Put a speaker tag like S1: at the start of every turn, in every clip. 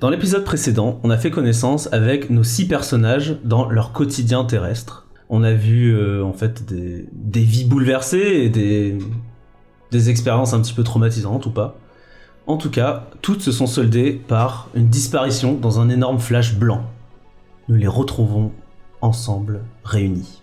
S1: Dans l'épisode précédent, on a fait connaissance avec nos six personnages dans leur quotidien terrestre. On a vu euh, en fait des, des vies bouleversées et des, des expériences un petit peu traumatisantes ou pas. En tout cas, toutes se sont soldées par une disparition dans un énorme flash blanc. Nous les retrouvons ensemble, réunis.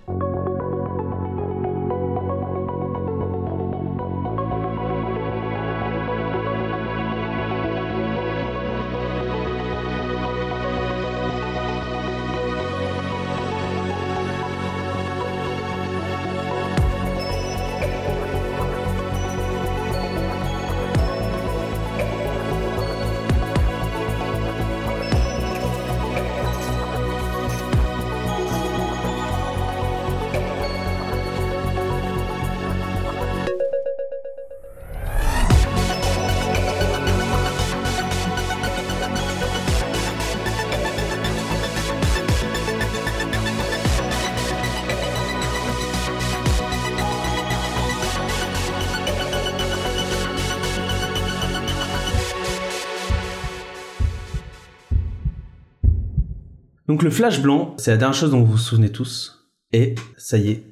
S1: Donc le flash blanc, c'est la dernière chose dont vous vous souvenez tous. Et ça y est,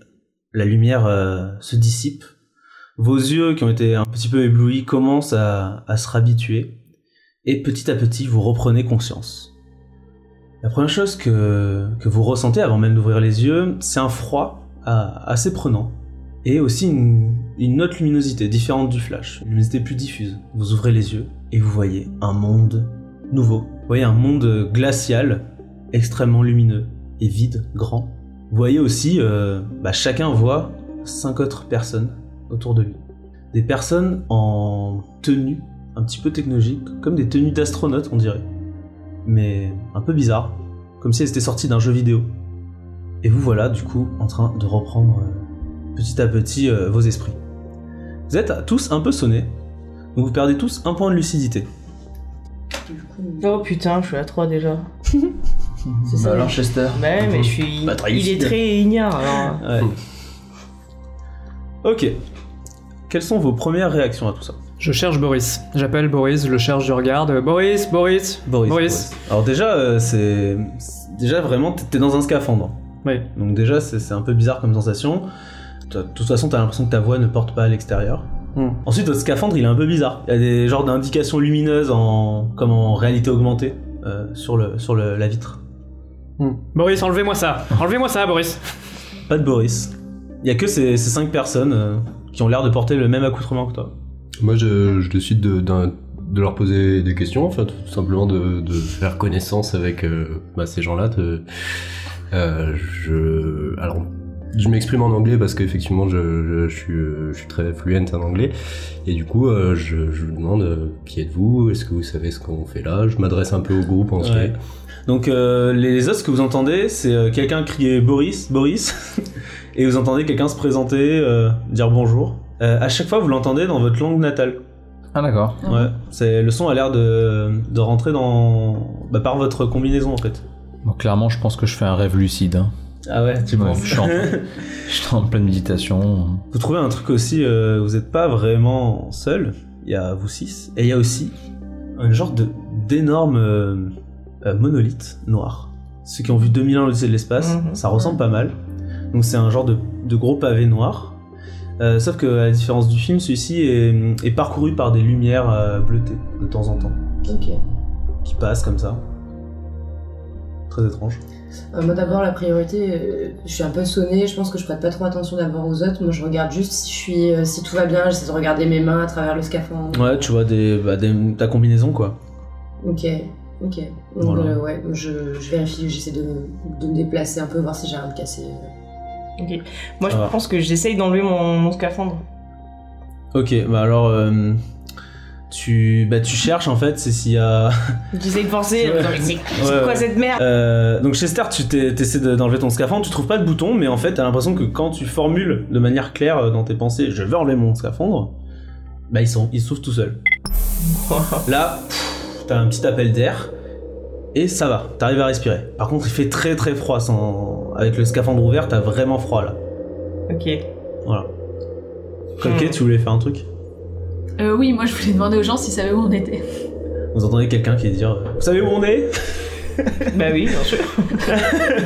S1: la lumière euh, se dissipe. Vos yeux, qui ont été un petit peu éblouis, commencent à, à se réhabituer. Et petit à petit, vous reprenez conscience. La première chose que, que vous ressentez avant même d'ouvrir les yeux, c'est un froid euh, assez prenant. Et aussi une, une autre luminosité différente du flash, une luminosité plus diffuse. Vous ouvrez les yeux et vous voyez un monde nouveau. Vous voyez un monde glacial extrêmement lumineux et vide, grand. Vous voyez aussi, euh, bah, chacun voit cinq autres personnes autour de lui. Des personnes en tenue un petit peu technologique, comme des tenues d'astronautes on dirait. Mais un peu bizarre, comme si elles étaient sorties d'un jeu vidéo. Et vous voilà du coup en train de reprendre euh, petit à petit euh, vos esprits. Vous êtes tous un peu sonnés, donc vous perdez tous un point de lucidité.
S2: Du coup,
S3: Oh putain, je suis à 3 déjà.
S2: c'est
S1: Bah,
S2: ça.
S4: alors Chester.
S3: Mais, mais je suis.
S4: Pas très
S3: Il est
S4: lucide.
S1: hein.
S3: très ignare alors. euh.
S1: Ouais.
S4: Fou.
S1: Ok. Quelles sont vos premières réactions à tout ça
S5: Je cherche Boris. J'appelle Boris, je le cherche, je regarde. Euh, Boris, Boris
S1: Boris.
S5: Boris.
S1: Alors déjà, euh, c'est déjà vraiment, t'es t'es dans un scaphandre.
S5: Oui.
S1: Donc déjà, c'est c'est un peu bizarre comme sensation. T'as- De toute façon, t'as l'impression que ta voix ne porte pas à l'extérieur.
S5: Hmm.
S1: Ensuite, votre scaphandre, il est un peu bizarre. Il y a des genres d'indications lumineuses en comme en réalité augmentée euh, sur le sur le- la vitre.
S5: Hmm. Boris, enlevez-moi ça Enlevez-moi ça, Boris
S1: Pas de Boris. Il y a que ces, ces cinq personnes euh, qui ont l'air de porter le même accoutrement que toi.
S6: Moi, je, je décide de, d'un- de leur poser des questions, en fait, tout simplement de, de faire connaissance avec euh, bah, ces gens-là. de- euh, je, alors, je m'exprime en anglais parce qu'effectivement, je, je, je suis, euh, je suis très fluente en anglais. Et du coup, euh, je, je vous demande euh, qui êtes-vous Est-ce que vous savez ce qu'on fait là Je m'adresse un peu au groupe en
S1: Ouais.
S6: anglais.
S1: Donc euh, les autres, ce que vous entendez, c'est euh, quelqu'un crier Boris, Boris, et vous entendez quelqu'un se présenter, euh, dire bonjour. Euh, à chaque fois, vous l'entendez dans votre langue natale.
S4: Ah d'accord.
S2: Ah.
S1: Ouais, c'est le son a l'air de, de rentrer dans bah, par votre combinaison en fait.
S4: Donc clairement, je pense que je fais un rêve lucide. hein.
S1: Ah ouais,
S4: Ouais, je, suis en, je suis en pleine méditation.
S1: Vous trouvez un truc aussi, euh, vous n'êtes pas vraiment seul, il y a vous six, et il y a aussi un genre de d'énorme euh, euh, monolithe noir. Ceux qui ont vu 2001 l'Odyssée de l'espace,
S3: Mhm.
S1: ça ressemble pas mal. Donc c'est un genre de, de gros pavé noir. Euh, sauf que à la différence du film, celui-ci est, est parcouru par des lumières euh, bleutées de temps en temps,
S2: Ok.
S1: qui passent comme ça. Très étrange.
S2: Euh, moi d'abord, la priorité, euh, je suis un peu sonnée, je pense que je prête pas trop attention d'abord aux autres. Moi je regarde juste si, je suis, euh, si tout va bien, j'essaie de regarder mes mains à travers le scaphandre.
S1: Ouais, tu vois des, bah, des- ta combinaison quoi.
S2: Ok, ok. Donc,
S1: Voilà.
S2: euh, ouais, je, je vérifie, j'essaie de, me- de me déplacer un peu, voir si j'ai rien de cassé.
S3: Ok. Moi je
S1: Ah.
S3: pense que j'essaye d'enlever mon, mon scaphandre.
S1: Ok, bah alors euh, tu bah tu cherches en fait, c'est s'il y a
S3: J'essaye de forcer.
S1: Ouais.
S3: Attends, mais c'est c'est
S1: Ouais,
S3: quoi
S1: ouais.
S3: cette merde
S1: Euh, donc Chester, tu t'es- t'essaies de- d'enlever ton scaphandre, tu trouves pas de bouton, mais en fait t'as l'impression que quand tu formules de manière claire euh, dans tes pensées, je veux enlever mon scaphandre, bah ils sont ils s'ouvrent tout seuls. Là, pff, t'as un petit appel d'air et ça va, t'arrives à respirer. Par contre, il fait très très froid sans... avec le scaphandre ouvert, t'as vraiment froid là.
S3: Ok.
S1: Voilà. Colquet,
S3: Hmm.
S1: tu voulais faire un truc
S7: Euh, oui, moi je voulais demander aux gens s'ils savaient où on était.
S1: vous entendez quelqu'un qui dit euh, Vous savez où on est
S3: bah oui, bien sûr.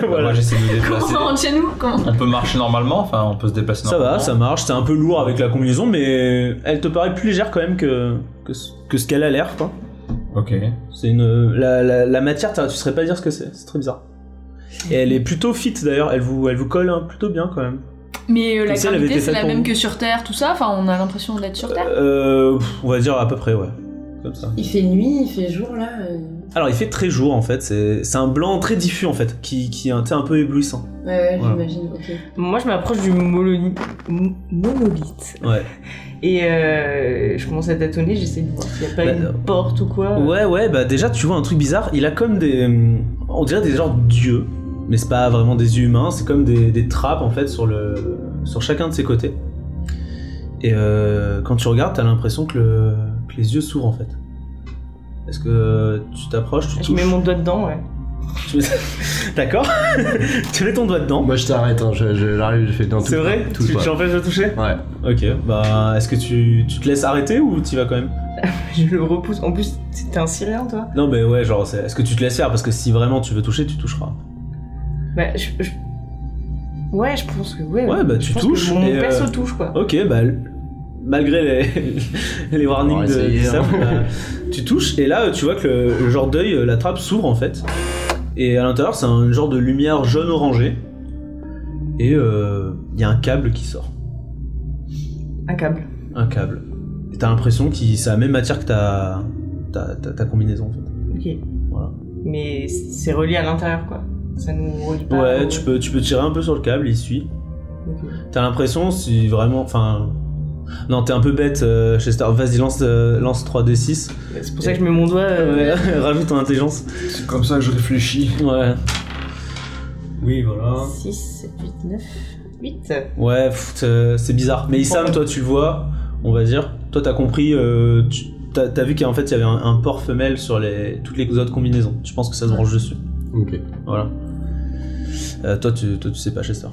S4: Moi, j'essaie de me
S1: Bah,
S4: déplacer.
S7: Comment on rentre chez nous Comment
S4: On peut marcher normalement, enfin, on peut se déplacer
S1: Ça va,
S4: normalement.
S1: ça marche, c'est un peu lourd avec la combinaison, mais elle te paraît plus légère quand même que, que, ce- que ce qu'elle a l'air, quoi.
S4: Ok.
S1: C'est une. La, la, la matière, t'as- tu saurais pas dire ce que c'est, c'est très bizarre. Et elle est plutôt fit d'ailleurs, elle vous, elle vous colle hein, plutôt bien quand même.
S7: Mais euh, la
S1: Comme si elle avait
S7: gravité,
S1: été
S7: c'est
S1: faite
S7: la
S1: pour
S7: même
S1: nous.
S7: que sur Terre, tout ça. Enfin, on a l'impression d'être sur Terre.
S1: Euh, pff, on va dire à peu près, ouais. Comme ça.
S2: Il fait nuit, il fait jour là. euh.
S1: Alors il fait très jour en fait, c'est c'est un blanc très diffus en fait, qui, qui est un, tu sais, un peu éblouissant.
S2: Ouais, ouais,
S1: Voilà.
S2: j'imagine, ok.
S3: Moi, je m'approche du moloni- m- monolithe.
S1: Ouais.
S3: Et euh, je commence à tâtonner, j'essaie de voir s'il n'y a pas
S1: Bah,
S3: une
S1: euh,
S3: porte ou quoi.
S1: Ouais, ouais, bah déjà tu vois un truc bizarre, il a comme des. hum, On dirait des genres d'yeux, mais c'est pas vraiment des yeux humains, c'est comme des, des trappes en fait sur, le, sur chacun de ses côtés. Et euh, quand tu regardes, t'as l'impression que, le- que les yeux s'ouvrent en fait. Est-ce que tu t'approches, tu
S3: Je
S1: touches
S3: mets mon doigt dedans, ouais.
S1: tu mets- D'accord Tu mets ton doigt dedans
S6: Moi je t'arrête, hein, je- je- j'arrive, je fais d'un tout.
S1: C'est vrai
S6: Touche
S1: Tu
S6: pas.
S1: tu l'empêches de toucher
S6: Ouais.
S1: Ok, bah est-ce que tu, tu te laisses arrêter ou t'y vas quand même
S3: Je le repousse. En plus, t'es un Syrien, toi
S1: Non mais ouais, genre c'est- est-ce que tu te laisses faire Parce que si vraiment tu veux toucher, tu toucheras.
S3: Bah, je, je- Ouais, je pense que. Ouais,
S1: Ouais, bah,
S3: je
S1: tu
S3: pense que
S1: touches,
S3: Mon
S1: et, euh,
S3: perso touche, quoi.
S1: Ok, bah, l- malgré les, les
S6: On
S1: warnings
S6: va
S1: de,
S6: essayer,
S1: du
S6: hein.
S1: sable, bah, tu touches et là tu vois que le, le genre d'œil, euh, la trappe s'ouvre en fait. Et à l'intérieur, c'est un genre de lumière jaune orangée. Et il y a un câble qui sort.
S3: Un câble.
S1: Un câble. Et T'as l'impression que c'est la même matière que ta, ta, ta- ta combinaison en fait.
S3: Ok.
S1: Voilà.
S3: Mais c'est relié à l'intérieur, quoi. Ça nous relie pas.
S1: Ouais,
S3: au-
S1: tu peux, tu peux tirer un peu sur le câble, il suit.
S3: Ok.
S1: T'as l'impression si vraiment. Enfin. Non, t'es un peu bête, euh, Chester. Vas-y, lance, euh, lance 3D6.
S3: Bah, C'est pour ça que je mets mon doigt. euh,
S1: Ouais, rajoute ton intelligence.
S4: C'est comme ça que je réfléchis.
S1: Ouais. Oui, voilà.
S3: 6, 7, 8, 9, 8.
S1: Ouais, pff, euh, c'est bizarre. Mais Issam, toi, tu le vois, on va dire. Toi, t'as compris. euh, tu- T'as t'as vu qu'en fait, il y avait un, un port femelle sur les, toutes les autres combinaisons. Je pense que ça se branche dessus.
S6: Ok.
S1: Voilà. Euh, toi, tu, toi, tu sais pas, Chester.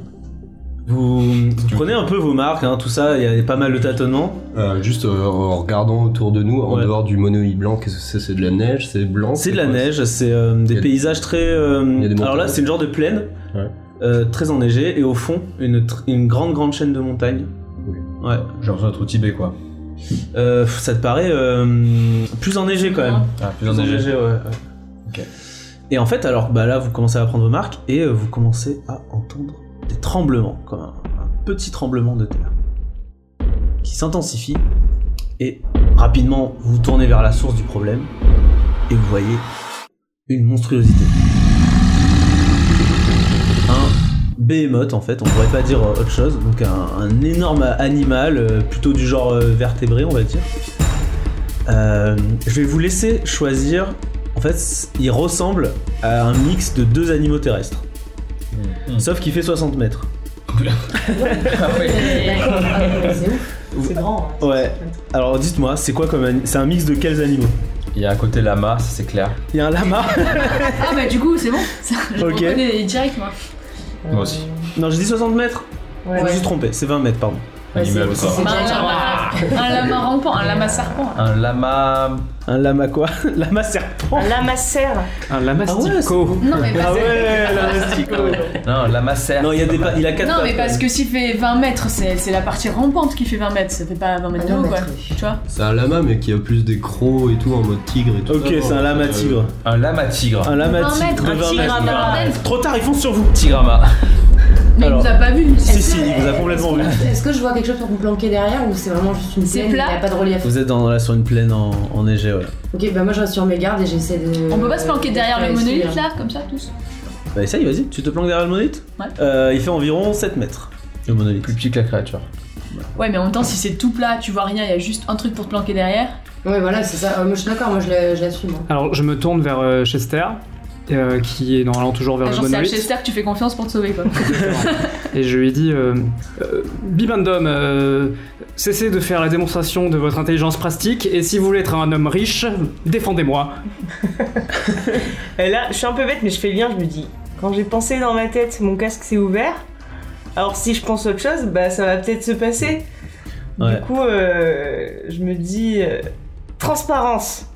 S1: Vous, vous prenez un peu vos marques, hein, tout ça. Il y a pas mal de tâtonnements.
S6: Euh, juste euh, en regardant autour de nous, en
S1: Ouais.
S6: dehors du monoï blanc, qu'est-ce que c'est C'est de la neige, c'est blanc
S1: C'est de la
S6: quoi
S1: neige, c'est euh,
S6: Il y
S1: des
S6: a-
S1: paysages très. euh,
S6: il y a des
S1: alors là,
S6: montagnes.
S1: c'est une genre de plaine,
S6: Ouais.
S1: euh, très enneigée, et au fond, une, tr- une grande, grande chaîne de montagnes.
S6: Oui.
S1: Ouais.
S4: J'ai l'impression d'être au Tibet, quoi.
S1: Euh, pff, ça te paraît euh, plus enneigé quand même.
S4: Ah, plus enneigé.
S1: ouais. ouais.
S4: Ok.
S1: Et en fait, alors bah là, vous commencez à prendre vos marques et euh, vous commencez à entendre des tremblements, comme un, un petit tremblement de terre qui s'intensifie. Et rapidement, vous vous tournez vers la source du problème et vous voyez une monstruosité. Un behemoth en fait, on pourrait pas dire euh, autre chose, donc un, un énorme animal, euh, plutôt du genre euh, vertébré on va dire. Euh, je vais vous laisser choisir. En fait, c- il ressemble à un mix de deux animaux terrestres.
S4: Hmm.
S1: Sauf qu'il fait 60 mètres.
S4: Ah
S1: Euh.
S4: ouais.
S2: D'accord, ah ouais, c'est ouf.
S3: C'est grand. hein.
S1: Ouais. Alors dites-moi, c'est quoi comme ani- C'est un mix de quels animaux
S4: Il y a un côté lama, ça c'est clair.
S1: Il y a un lama
S7: Ah bah du coup, c'est bon. Ça, je
S1: Ok.
S7: reconnais direct, moi.
S4: Moi aussi.
S1: Non, j'ai dit 60 mètres Je
S3: Ouais.
S1: me suis trompé, c'est 20 mètres, pardon.
S2: Ouais,
S4: Animal,
S2: c'est-
S4: quoi.
S2: c'est-
S7: Un
S2: déjà
S7: lama, un lama rampant, un lama serpent.
S4: Un lama.
S1: Un lama quoi Lama serpent
S3: Un lamassère.
S5: Un lamastico.
S1: Ah ouais, c'est-
S7: Non, mais
S1: Ah
S7: parce,
S1: ouais, lama stico.
S4: Non, un lama cerf.
S1: Non, il y a des pa- il a 4
S7: non, mais parce que s'il fait 20 mètres, c'est c'est la partie rampante qui fait 20 mètres. Ça fait pas 20 mètres de haut, quoi.
S2: bah,
S7: Tu vois
S6: C'est un lama, mais qui a plus des crocs et tout, en mode tigre et tout.
S1: Ok,
S6: ça,
S1: c'est un
S6: non,
S1: lama
S6: euh,
S1: tigre.
S4: Un lama tigre.
S1: Un lama
S7: 20 mètres,
S1: tigre. de
S7: un
S1: 20
S7: tigre
S1: mètres. Ah,
S7: à bordel.
S1: Trop tard, ils foncent sur vous.
S4: Tigrama.
S7: Mais il
S1: Alors.
S7: nous a pas vu.
S1: Si, si, il vous a complètement vu.
S2: Est-ce que je vois quelque chose pour me planquer derrière ou c'est vraiment juste une
S7: C'est
S2: plaine Il n'y
S7: plat
S2: a pas de relief.
S1: Vous êtes dans, là, sur une plaine en, enneigée, ouais.
S2: Ok, bah moi je reste sur mes gardes et j'essaie de. euh,
S7: On peut pas se planquer derrière le
S2: Ouais,
S7: monolithe
S2: c'est-
S7: là, comme ça, tous
S1: Bah essaye, vas-y, tu te planques derrière le monolithe
S7: Ouais.
S1: Euh, il fait environ 7 mètres, le monolithe.
S4: Plus petit que la créature.
S7: Ouais, mais en même temps, si c'est tout plat, tu vois rien, il y a juste un truc pour te planquer derrière.
S2: Ouais, voilà, c'est ça. Ouais, moi je suis d'accord, moi je la- je l'assume. hein.
S5: Alors, je me tourne vers euh, Chester, euh, qui est normalement toujours vers
S7: Ah,
S5: le
S7: Genre, c'est à
S5: monolithe.
S7: Chester que tu fais confiance pour te sauver, quoi.
S5: Et je lui dis euh, euh, Bibendum, euh, cessez de faire la démonstration de votre intelligence plastique, et si vous voulez être un homme riche, défendez-moi.
S3: Et là, je suis un peu bête, mais je fais le lien, je me dis, quand j'ai pensé dans ma tête, mon casque s'est ouvert. Alors si je pense autre chose, bah ça va peut-être se passer.
S1: Ouais.
S3: Du coup, euh, je me dis, euh, transparence.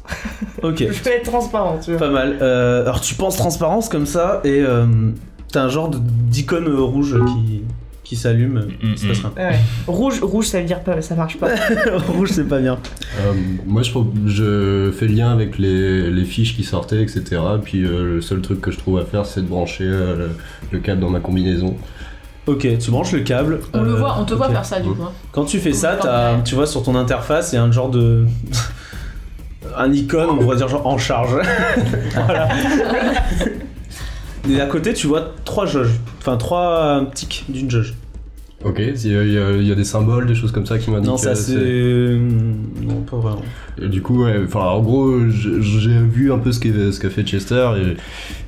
S1: Ok.
S3: Je vais être transparent, tu vois.
S1: Pas mal. Euh, alors tu penses transparence comme ça et euh, t'as un genre de- d'icône euh, rouge qui, qui s'allume.
S4: Mm,
S1: Il se passe rien.
S3: Ouais, ouais. Rouge, rouge, ça veut dire pas, ça marche pas.
S1: rouge c'est pas bien.
S6: Euh, moi, je, pro- je fais lien avec les, les fiches qui sortaient, etc. Puis euh, le seul truc que je trouve à faire, c'est de brancher euh, le, le câble dans ma combinaison.
S1: Ok, tu branches le câble.
S7: On le
S1: euh,
S7: voit, on te voit
S1: ok.
S7: faire ça du coup. hein.
S1: Quand tu fais ça,
S7: Attends,
S1: t'as-
S7: ouais.
S1: tu vois sur ton interface, il y a un genre de. un icône, on va dire genre en charge. voilà. Et à côté, tu vois trois jauges. Enfin, trois euh, tics d'une jauge.
S6: Ok, il y, a- il y a- il y a des symboles, des choses comme ça qui m'indiquent.
S1: Non, ça
S6: euh,
S1: c'est.
S6: c'est-
S1: Non, pas vraiment.
S6: Et du coup, ouais, enfin, en gros, je- j'ai vu un peu ce qu'a ce qu'a fait Chester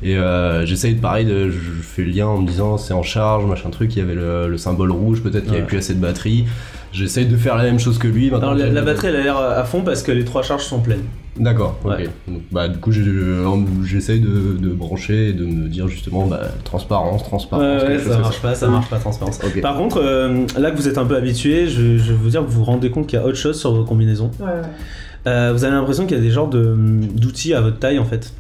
S6: et, et euh, j'essaye de pareil, de, je fais le lien en me disant c'est en charge, machin truc, il y avait le, le symbole rouge, peut-être qu'il n'y
S1: Ouais.
S6: avait plus assez de batterie. J'essaye de faire la même chose que lui. Maintenant,
S1: Alors, la,
S6: j'ai-
S1: la batterie elle a l'air à fond parce que les trois charges sont pleines.
S6: D'accord, ok.
S1: Ouais.
S6: Donc, bah, du coup, j'ai- euh, j'essaye de, de brancher et de me dire justement bah, transparence, transparence. quelque chose
S1: ça
S6: comme
S1: marche pas, ça marche pas, transparence.
S6: Ok.
S1: Par contre, euh, là que vous êtes un peu habitué, je, je vais vous dire que vous vous rendez compte qu'il y a autre chose sur vos combinaisons.
S2: Ouais, ouais.
S1: Euh, vous avez l'impression qu'il y a des genres de- hum, d'outils à votre taille en fait.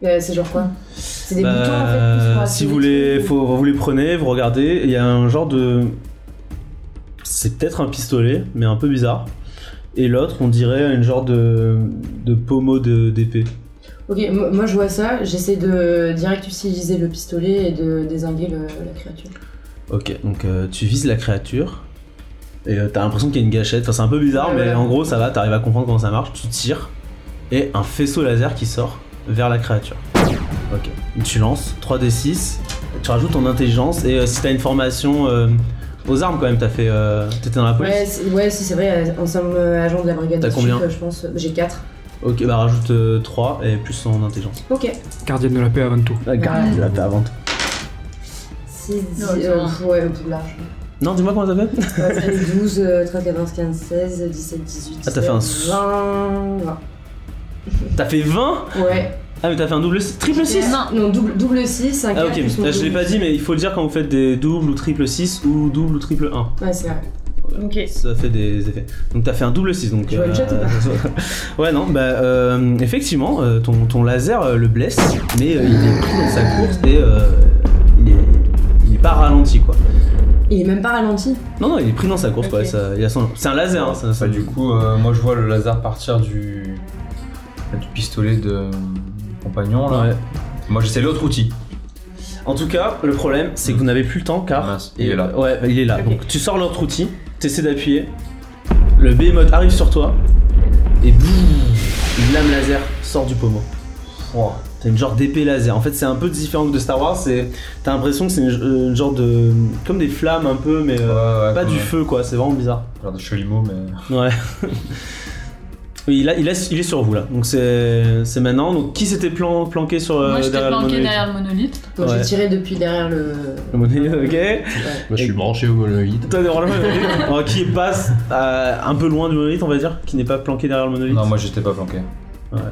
S2: Mais Euh, c'est genre quoi C'est des
S1: Bah,
S2: boutons en fait plus pour
S1: si
S2: activer
S1: vous
S2: des
S1: les,
S2: trucs.
S1: faut- vous les prenez, vous regardez, et il y a un genre de. C'est peut-être un pistolet, mais un peu bizarre. Et l'autre, on dirait une genre de, de pommeau de- d'épée.
S2: Ok, mo- moi je vois ça, j'essaie de direct utiliser le pistolet et de désinguer le- la créature.
S1: Ok, donc euh, tu vises la créature. Et euh, t'as l'impression qu'il y a une gâchette. Enfin, c'est un peu bizarre,
S2: Ouais,
S1: mais
S2: ouais.
S1: en gros, ça va. T'arrives à comprendre comment ça marche. Tu tires. Et un faisceau laser qui sort vers la créature. Ok. Tu lances 3d6. Tu rajoutes ton intelligence. Et euh, si t'as une formation euh, aux armes, quand même, t'as fait. euh, T'étais dans la police
S2: Ouais, c'est- ouais, si c'est vrai, euh, ensemble agent de la brigade
S1: T'as
S2: de
S1: combien
S2: chiffres, je pense. J'ai 4.
S1: Ok, bah rajoute 3 et plus en intelligence.
S2: Ok.
S5: Gardienne de la paix avant tout.
S1: Ah,
S2: garde, Ouais.
S1: la avant
S2: Six, dix,
S7: Non,
S2: euh,
S7: ça
S2: ouais, un peu large.
S1: Non, dis-moi comment ça fait
S2: Ouais, c'est 12, euh, 13, 14, 15, 16, 17, 18,
S1: Ah, t'as fait un
S2: 19, 20, 20.
S1: T'as fait 20
S2: Ouais.
S1: Ah, mais t'as fait un double triple 6
S2: Non, non, double, double 6, 5
S1: Ah ok, je l'ai pas dit mais il faut le dire quand vous faites des doubles ou triple 6 ou double ou triple 1.
S2: Ouais, c'est vrai.
S3: Ok.
S1: Ça fait des effets. Donc t'as fait un double 6 donc...
S2: Je vois le chat ou
S1: ouais non, bah euh, effectivement, euh, ton, ton laser euh, le blesse mais euh, il est pris dans sa course et euh, il, est, il est pas ralenti quoi.
S2: Il est même pas ralenti.
S1: Non non, il est pris dans sa course
S3: Ok.
S1: quoi, ça- il a son- c'est un laser hein, ça, ça-
S4: Bah, du coup, euh, moi je vois le laser partir du, du pistolet de mon compagnon là.
S1: Ouais.
S4: Moi j'essaie l'autre outil.
S1: En tout cas, le problème, c'est que vous n'avez plus le temps car.
S4: Mince, il est là.
S1: Ouais, il est là.
S3: Ok.
S1: Donc tu sors l'autre outil, t'essaies d'appuyer, le behemoth arrive sur toi, et boum Une lame laser sort du pommeau.
S4: Wow.
S1: T'as une genre d'épée laser. En fait, c'est un peu différent que de Star Wars, c'est. T'as l'impression que c'est une, une genre de. comme des flammes un peu, mais. euh,
S4: Ouais, ouais,
S1: Pas
S4: comme,
S1: du
S4: euh,
S1: feu quoi, c'est vraiment bizarre.
S4: Genre de chelimo, mais.
S1: Ouais. Oui, il, a- il, a- il est sur vous là, donc c'est c'est maintenant. Donc qui s'était plan- planqué sur euh,
S7: Moi j'étais
S1: derrière le
S7: planqué
S1: monolithe
S7: derrière le monolithe.
S2: Donc
S1: Ouais.
S2: j'ai tiré depuis derrière le.
S1: Le monolithe, ok.
S6: ça. Moi, je suis branché au monolithe.
S1: Toi, derrière le monolithe. Alors, qui passe euh, un peu loin du monolithe, on va dire, qui n'est pas planqué derrière le monolithe.
S4: Non, moi j'étais pas planqué.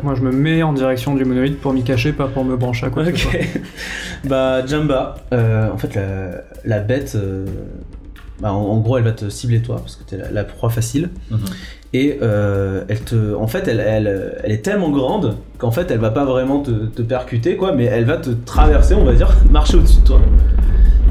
S5: Moi, je me mets en direction du monolithe pour m'y cacher, pas pour me brancher à quoi que ce soit.
S1: Ok. bah, Jamba, euh, en fait, la, la bête, euh, bah, en, en gros, elle va te cibler toi, parce que t'es la, la proie facile.
S4: Mhm.
S1: Et euh, elle te. En fait, elle, elle, elle est tellement grande qu'en fait, elle va pas vraiment te, te percuter, quoi, mais elle va te traverser, on va dire, marcher au-dessus de toi.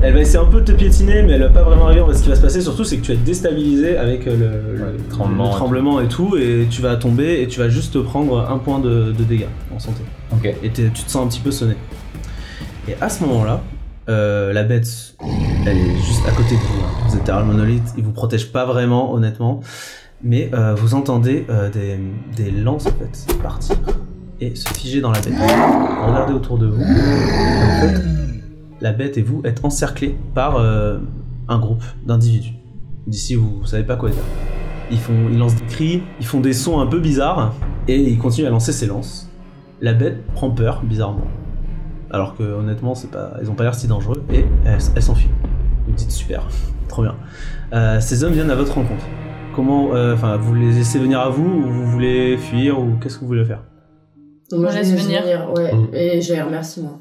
S1: Elle va essayer un peu de te piétiner, mais elle va pas vraiment arriver. En fait, ce qui va se passer, surtout, c'est que tu vas être déstabilisé avec euh, le, le-
S4: Ouais, le
S1: le
S4: tremblement et tout.
S1: tremblement et tout, et tu vas tomber et tu vas juste te prendre un point de, de dégâts en santé
S4: Ok.
S1: et t'es- tu te sens un petit peu sonné. Et à ce moment-là, euh, la bête, elle est juste à côté de vous. hein. Vous êtes derrière le monolithe, il vous protège pas vraiment, honnêtement. Mais euh, vous entendez euh, des, des lances en fait, partir et se figer dans la bête. Regardez autour de vous. Et en fait, la bête et vous êtes encerclés par euh, un groupe d'individus. D'ici, vous, vous savez pas quoi dire. Ils, font, ils lancent des cris, ils font des sons un peu bizarres et ils continuent à lancer ces lances. La bête prend peur, bizarrement. Alors que honnêtement, c'est pas, ils ont pas l'air si dangereux et elle, elle s'enfuit. Vous dites super, trop bien. Euh, ces hommes viennent à votre rencontre. Comment, euh, enfin, vous les laissez venir à vous ou vous voulez fuir ou qu'est-ce que vous voulez faire
S2: Donc, moi,
S7: On
S2: je
S7: laisse
S2: les laisse
S7: venir.
S2: venir. Ouais.
S6: Mm.
S2: Et je les remercie, moi.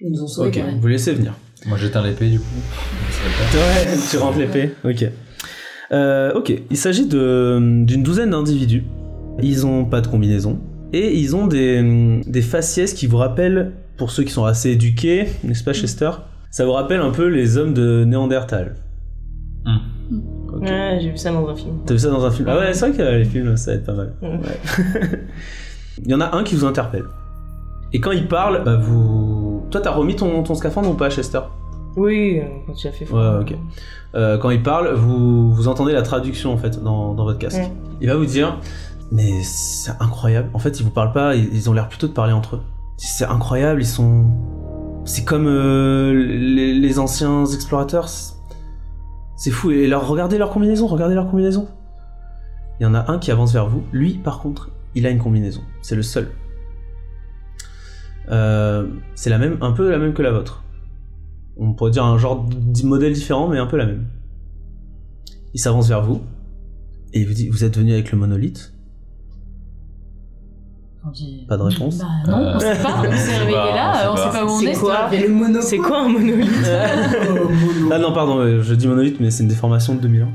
S2: Ils nous ont sauvés
S1: Hum. Ok,
S2: quand même.
S1: vous laissez venir.
S4: Moi j'éteins l'épée du coup.
S1: Ouais, tu rentres l'épée. Ok. Euh, ok, il s'agit de- d'une douzaine d'individus. Ils ont pas de combinaison. Et ils ont des, des faciès qui vous rappellent, pour ceux qui sont assez éduqués, n'est-ce pas Chester Ça vous rappelle un peu les hommes de Néandertal.
S4: Hmm.
S1: Ok.
S3: Ouais, j'ai vu ça dans un film.
S1: T'as vu ça dans un film Ah ouais, c'est vrai que euh, les films, ça va être pas mal.
S3: Mm.
S1: Ouais. il y en a un qui vous interpelle. Et quand il parle, bah, vous... Toi, t'as remis ton, ton scaphandre ou pas, Chester
S3: Oui, euh, quand tu as fait
S1: Ouais, ok. Euh, Quand il parle, vous, vous entendez la traduction, en fait, dans, dans votre casque.
S3: Ouais.
S1: Il va vous dire, mais c'est incroyable. En fait, ils vous parlent pas, ils, ils ont l'air plutôt de parler entre eux. C'est incroyable, ils sont... C'est comme euh, les, les anciens explorateurs. c'est- C'est fou. Et leur, regardez leur combinaison, regardez leur combinaison. Il y en a un qui avance vers vous. Lui, par contre, il a une combinaison. C'est le seul. Euh, c'est la même, un peu la même que la vôtre. On pourrait dire un genre de modèle différent, mais un peu la même. Il s'avance vers vous et il vous dit Vous êtes venu avec le monolithe
S7: On dit-
S1: Pas de réponse.
S7: Bah non, on sait pas, on s'est réveillé
S4: pas,
S7: là, on sait pas où on est.
S3: C'est quoi
S2: Il y a le mono.
S3: C'est quoi un monolithe
S1: Ah non, pardon, euh, je dis monolithe, mais c'est une déformation de 2000 ans.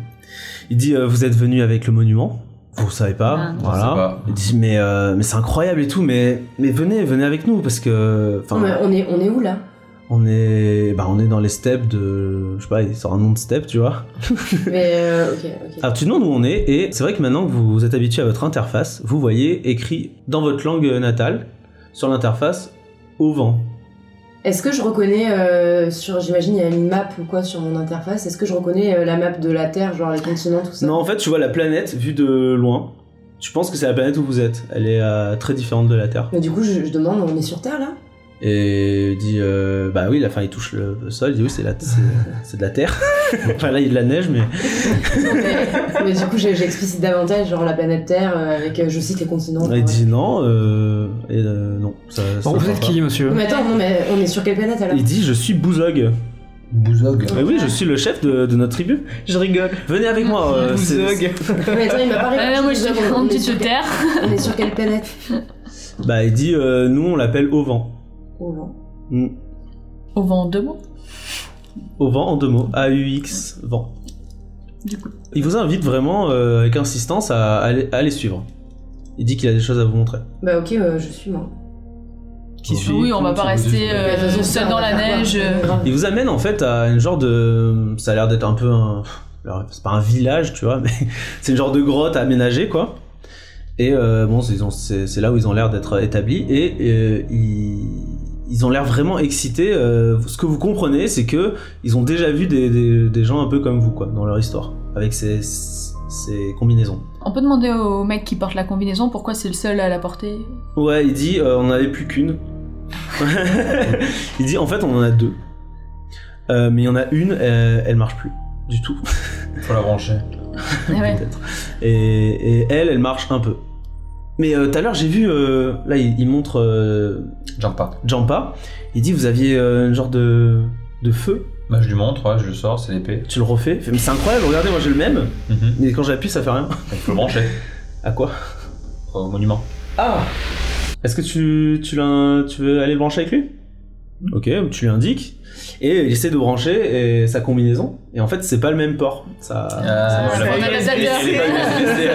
S1: Il dit euh, Vous êtes venu avec le monument Vous savez pas.
S7: Ah.
S1: voilà. Il dit Mais, euh, mais c'est incroyable et tout, mais, mais venez, venez avec nous parce que. enfin,
S2: Ouais, on, est, on est où là
S1: On est, bah, on est dans les steppes de. Je sais pas, il sort un nom de step, tu vois.
S2: Mais euh, ok, ok.
S1: Alors tu demandes où on est, et c'est vrai que maintenant que vous vous êtes habitué à votre interface, vous voyez écrit dans votre langue natale, sur l'interface, au vent.
S2: Est-ce que je reconnais euh, sur, j'imagine, il y a une map ou quoi sur mon interface. Est-ce que je reconnais euh, la map de la Terre, genre les continents, tout ça
S1: Non, en fait, tu vois la planète vue de loin. Tu penses que c'est la planète où vous êtes. Elle est euh, très différente de la Terre.
S2: Mais du coup, je, je demande, on est sur Terre là
S1: Et il dit, euh, bah oui, la fin, il touche le, le sol, il dit oui, c'est la- c'est- c'est de la Terre. enfin là, il y a de la neige, mais
S2: mais, mais du coup, j'ai- j'explicite davantage, genre la planète Terre euh, avec, euh, je cite les continents.
S1: il
S2: ouais.
S1: dit non, euh, et, euh, non. Ça, ça
S5: Bon, vous
S1: va
S5: êtes
S1: pas.
S5: qui, monsieur
S2: Mais attends, non, mais on est sur quelle planète alors
S1: Il dit, je suis Bouzog.
S4: Bouzog.
S1: Mais oui, je suis le chef de, de notre tribu.
S3: Je rigole.
S1: Venez avec moi. euh, c'est-
S3: Zog.
S2: Mais attends, il m'a pas
S7: Ah,
S2: répondu.
S7: non, moi je suis
S2: On est
S7: grande
S2: sur
S7: petite
S2: quelle-
S7: terre.
S2: On est sur quelle planète
S1: Bah, il dit, euh, nous, on l'appelle Auvent.
S2: Oh non.
S1: Mm.
S7: Au vent de mots,
S1: Auvent en deux mots. A-U-X, vent.
S7: du coup.
S1: Il vous invite vraiment, euh, avec insistance, à, à les- à les suivre. Il dit qu'il a des choses à vous montrer.
S2: Bah ok, euh, je suis moi.
S1: Qui suit
S7: Oui, on va pas rester euh,
S3: Bah,
S2: De toute façon,
S7: seul
S2: ça,
S7: dans
S2: on va faire
S7: la
S2: quoi
S7: neige. euh,
S2: Grave.
S1: Il vous amène, en fait, à une genre de... Ça a l'air d'être un peu un... alors, C'est pas un village, tu vois, mais c'est une genre de grotte aménagée, quoi. Et euh, bon, c'est ils ont- c'est c'est là où ils ont l'air d'être établis. Et euh, ils, ils ont l'air vraiment excités. euh, ce que vous comprenez, c'est que ils ont déjà vu des, des- des gens un peu comme vous, quoi, dans leur histoire, avec ces, ces combinaisons.
S7: On peut demander au mec qui porte la combinaison pourquoi c'est le seul à la porter.
S1: Ouais, il dit, euh, on n'en avait plus qu'une. il dit, en fait, on en a deux. Euh, mais il y en a une, euh, elle marche plus du tout.
S4: Faut la brancher.
S7: Ah ouais.
S1: peut-être. Et, et elle, elle marche un peu. Mais euh, tout à l'heure, j'ai vu, euh, là, il, il montre euh,
S4: Jump pas.
S1: Jampa. Il dit, vous aviez euh, un genre de, de feu.
S4: Bah, je lui montre, ouais, je le sors, c'est l'épée.
S1: Tu le refais. Il fait, Mais c'est incroyable, regardez, moi j'ai le même.
S4: Mhm.
S1: Mais quand j'appuie, ça fait rien.
S4: Il faut le brancher
S1: À quoi
S4: au monument.
S1: Ah Est-ce que tu, tu, l'in- tu veux aller le brancher avec lui Ok, tu lui indiques. Et il essaie de brancher et sa combinaison. Et en fait, c'est pas le même port. Ça,
S4: Ah,
S7: on
S4: la
S7: a
S4: vieille-
S7: des adaptateurs.
S4: elle est pas USB-C,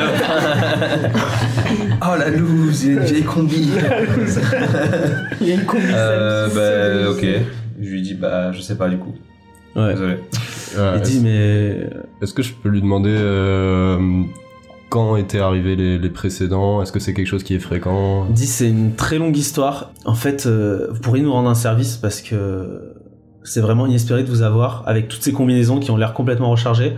S4: là. Oh la loose, il a une vieille combi.
S3: Il y a une combi.
S4: Euh, bah
S3: ça-
S4: ok. Je lui dis bah je sais pas du coup.
S1: Ouais.
S4: Désolé.
S6: Euh,
S1: Il dit,
S6: est-ce,
S1: mais
S6: est-ce que je peux lui demander euh, quand étaient arrivés les, les précédents Est-ce que c'est quelque chose qui est fréquent
S1: dit c'est une très longue histoire. En fait, euh, vous pourriez nous rendre un service parce que c'est vraiment inespéré de vous avoir avec toutes ces combinaisons qui ont l'air complètement rechargées.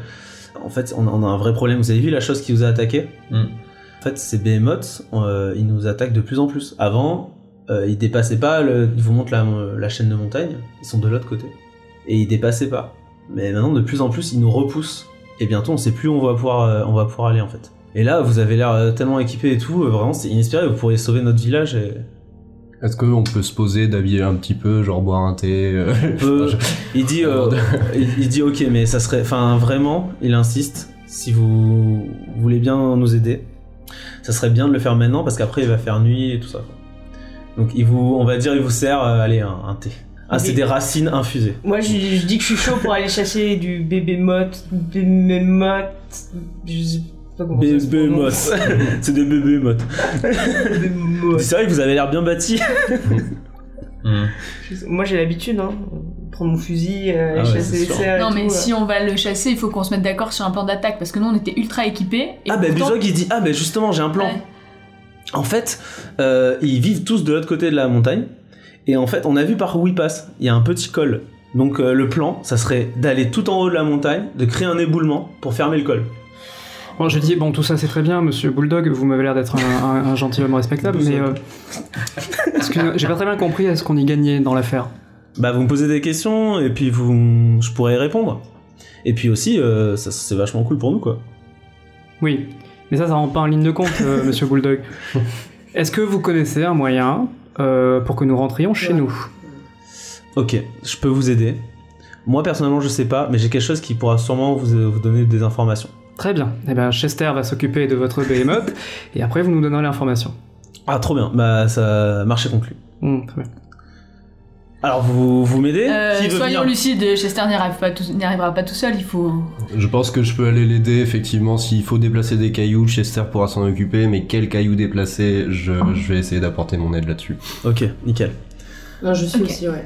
S1: En fait, on, on a un vrai problème. Vous avez vu la chose qui vous a attaqué
S4: Mm.
S1: En fait, ces Behemoths, euh, ils nous attaquent de plus en plus. Avant, euh, ils dépassaient pas, le- ils vous montrent la, la chaîne de montagne, ils sont de l'autre côté. Et ils dépassaient pas. Mais maintenant, de plus en plus, ils nous repoussent. Et bientôt, on sait plus où on va pouvoir, euh, on va pouvoir aller en fait. Et là, vous avez l'air euh, tellement équipé et tout, euh, vraiment, c'est inespéré, vous pourriez sauver notre village et...
S6: Est-ce qu'on peut se poser, d'habiller un petit peu, genre boire un thé euh,
S1: Peu-
S6: je-
S1: Il dit, euh, il, il dit ok, mais ça serait, enfin vraiment, il insiste. Si vous voulez bien nous aider, ça serait bien de le faire maintenant parce qu'après il va faire nuit et tout ça. quoi. Donc il vous, on va dire, il vous sert, euh, allez un, un thé. Ah, c'est
S3: Oui.
S1: des racines infusées.
S3: Moi, je, je dis que je suis chaud pour aller chercher du bébé motte, bébé motte, je sais
S1: Bébémoth. c'est des bébémoth. C'est vrai que vous avez l'air bien bâti.
S4: Hmm.
S3: Moi j'ai l'habitude, hein. Prendre mon fusil, euh,
S4: Ah ouais,
S3: chasser
S4: c'est
S3: les
S4: sûr.
S3: cerfs. et
S7: Non, mais
S3: tout,
S7: si on va le chasser, il faut qu'on se mette d'accord sur un plan d'attaque parce que nous on était ultra équipés. et
S1: Ah bah
S7: pourtant-
S1: Buzog il dit ah bah justement j'ai un plan.
S7: Ouais.
S1: En fait euh, ils vivent tous de l'autre côté de la montagne et en fait on a vu par où ils passent. Il y a un petit col. Donc euh, le plan ça serait d'aller tout en haut de la montagne, de créer un éboulement pour fermer le col.
S5: Bon, je dis, bon, tout ça c'est très bien, monsieur Bulldog, vous m'avez l'air d'être un, un- un gentilhomme respectable, mais. euh, excusez-moi, j'ai pas très bien compris à ce qu'on y gagnait dans l'affaire.
S1: Bah vous me posez des questions et puis vous je pourrais y répondre. Et puis aussi euh, ça c'est vachement cool pour nous quoi.
S5: Oui, mais ça, ça rend pas en ligne de compte, euh, monsieur Bulldog. Est-ce que vous connaissez un moyen euh, pour que nous rentrions chez
S2: Ouais.
S5: nous
S1: Ok, je peux vous aider. Moi personnellement je sais pas mais j'ai quelque chose qui pourra sûrement vous, vous donner des informations.
S5: Très bien. Eh bien, Chester va s'occuper de votre behemoth et après vous nous donnerez l'information.
S1: Ah trop bien, bah ça marché conclu.
S5: Hum, très bien.
S1: Alors vous, vous m'aidez
S7: Euh,
S1: Qui veut
S7: soyons
S1: venir Mmh,
S7: lucides, Chester n'y arrive pas tout- n'y arrivera pas tout seul, il faut.
S6: Je pense que je peux aller l'aider, effectivement. S'il faut déplacer des cailloux, Chester pourra s'en occuper, mais quel caillou déplacer, je, je vais essayer d'apporter mon aide là-dessus.
S1: Ok, nickel.
S2: Non, je suis
S7: Ok.
S2: aussi, ouais.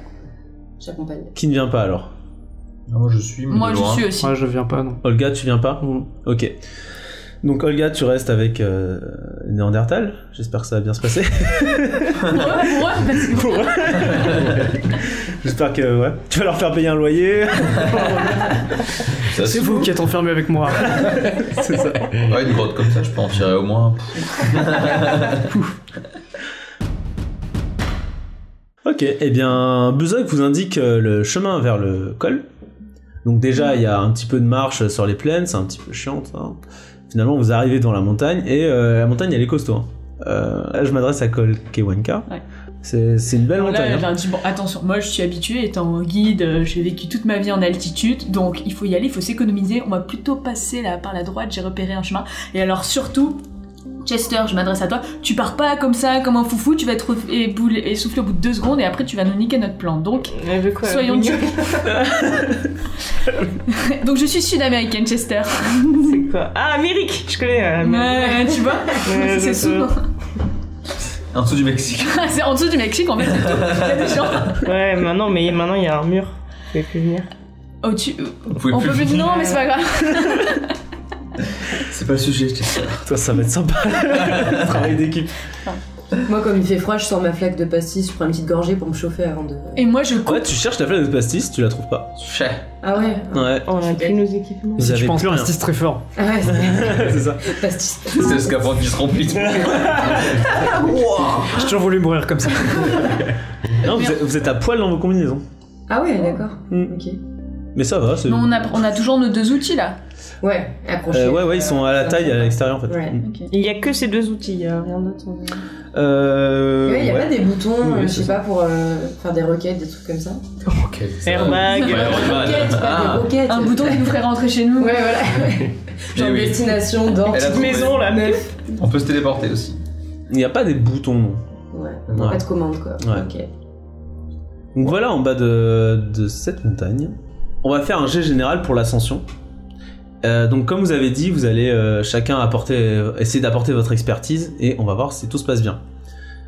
S2: J'accompagne.
S1: Qui ne vient pas alors
S4: Ah, Moi je suis, mais
S7: Moi
S4: de
S7: je
S4: loin.
S7: suis aussi.
S5: Moi, je viens pas, non.
S1: Olga, tu viens pas
S5: Hum.
S1: Ok. Donc Olga, tu restes avec euh, Néandertal. J'espère que ça va bien se passer.
S7: Pour eux, pour eux, parce que-
S1: Pour eux. J'espère que ouais. Tu vas leur faire payer un loyer.
S4: Ça,
S5: C'est vous qui êtes enfermé avec moi.
S1: C'est ça.
S4: Ouais, une grotte comme ça, je peux en tirer au moins. Pff,
S1: Ok, eh bien, Buzog vous indique euh, le chemin vers le col. Donc déjà, il y a un petit peu de marche sur les plaines, c'est un petit peu chiant. ça. Finalement, vous arrivez dans la montagne, et euh, la montagne, elle est costaud. hein. Euh, là, je m'adresse à Col Kewanka.
S7: Ouais.
S1: C'est c'est une belle
S7: Alors Euh, là,
S1: montagne.
S7: j'ai
S1: hein.
S7: dit bon, attention, moi je suis habituée étant guide, euh, j'ai vécu toute ma vie en altitude, donc il faut y aller, il faut s'économiser. On va plutôt passer là par la droite, j'ai repéré un chemin. Et alors surtout, Chester, je m'adresse à toi, tu pars pas comme ça, comme un foufou, tu vas être éboulé- essoufflé au bout de deux secondes et après tu vas nous niquer notre plan. Donc,
S3: euh. Elle veut quoi,
S7: soyons
S3: mignon
S7: durs. donc je suis sud-américaine, Chester.
S3: C'est quoi Ah, Amérique Je connais. euh, Amérique.
S7: Ouais, tu vois,
S3: Ouais,
S7: c'est
S3: je sais.
S7: souvent.
S4: En dessous du Mexique.
S7: c'est en dessous du Mexique en fait. c'est tout. Il y a des gens.
S3: Ouais, maintenant, mais maintenant il y a un mur. Vous pouvez plus venir.
S7: Oh, tu-
S4: Vous pouvez
S7: On
S4: plus
S7: peut plus. Non, mais c'est pas grave.
S4: C'est pas le sujet, je t'ai dit.
S1: Ça, ça va être sympa. le Travail d'équipe.
S2: Moi, comme il fait froid, je sors ma flaque de pastis, je prends une petite gorgée pour me chauffer avant de.
S7: Et moi je coupe.
S1: Ouais, tu cherches la flamme de pastis, tu la trouves pas.
S4: Chais.
S2: Ah ouais
S1: Ouais.
S3: On a plus nos équipements.
S1: Vous
S5: Si je
S1: avez
S5: pense
S1: plus rien.
S5: pastis très fort.
S2: Ah ouais, c'est-
S1: c'est ça.
S2: pastis.
S4: C'est le scaphandre qui se remplit.
S5: J'ai toujours voulu mourir comme ça.
S1: Non, vous
S7: Merde.
S1: êtes, vous êtes à poil dans vos combinaisons.
S2: Ah ouais, d'accord.
S1: Mm.
S2: Ok.
S1: Mais ça va, c'est.
S7: Mais on a, on a toujours nos deux outils là.
S2: Ouais, accroché.
S1: Euh, ouais, ouais, ils sont à la taille, à l'extérieur en fait.
S2: Ouais.
S1: Mm.
S3: Il y a que ces deux outils, hein. il y a rien d'autre. on-
S1: Euh,
S2: Ouais, il y a
S1: ouais.
S2: pas des boutons,
S1: Oui,
S2: euh, je
S1: c'est
S2: sais pas, pour euh, faire des requêtes, des trucs comme ça
S4: Ok.
S3: Airbag.
S4: Ouais, Rockman.
S2: Pas
S4: Ah.
S2: des requêtes
S7: Un bouton qui nous ferait rentrer chez nous.
S2: Ouais, voilà.
S4: Eh
S2: Genre
S4: oui.
S2: destination, dans.
S4: Elle a trouvé.
S3: Maison là, mais
S4: On peut se téléporter aussi.
S1: Il n'y a pas des boutons. non.
S2: Ouais,
S1: Ouais.
S2: pas de commande quoi.
S1: Ouais.
S2: Ok.
S1: Donc voilà, en bas de, de cette montagne, on va faire un jet général pour l'ascension. Euh, donc comme vous avez dit, vous allez euh, chacun apporter, euh, essayer d'apporter votre expertise et on va voir si tout se passe bien.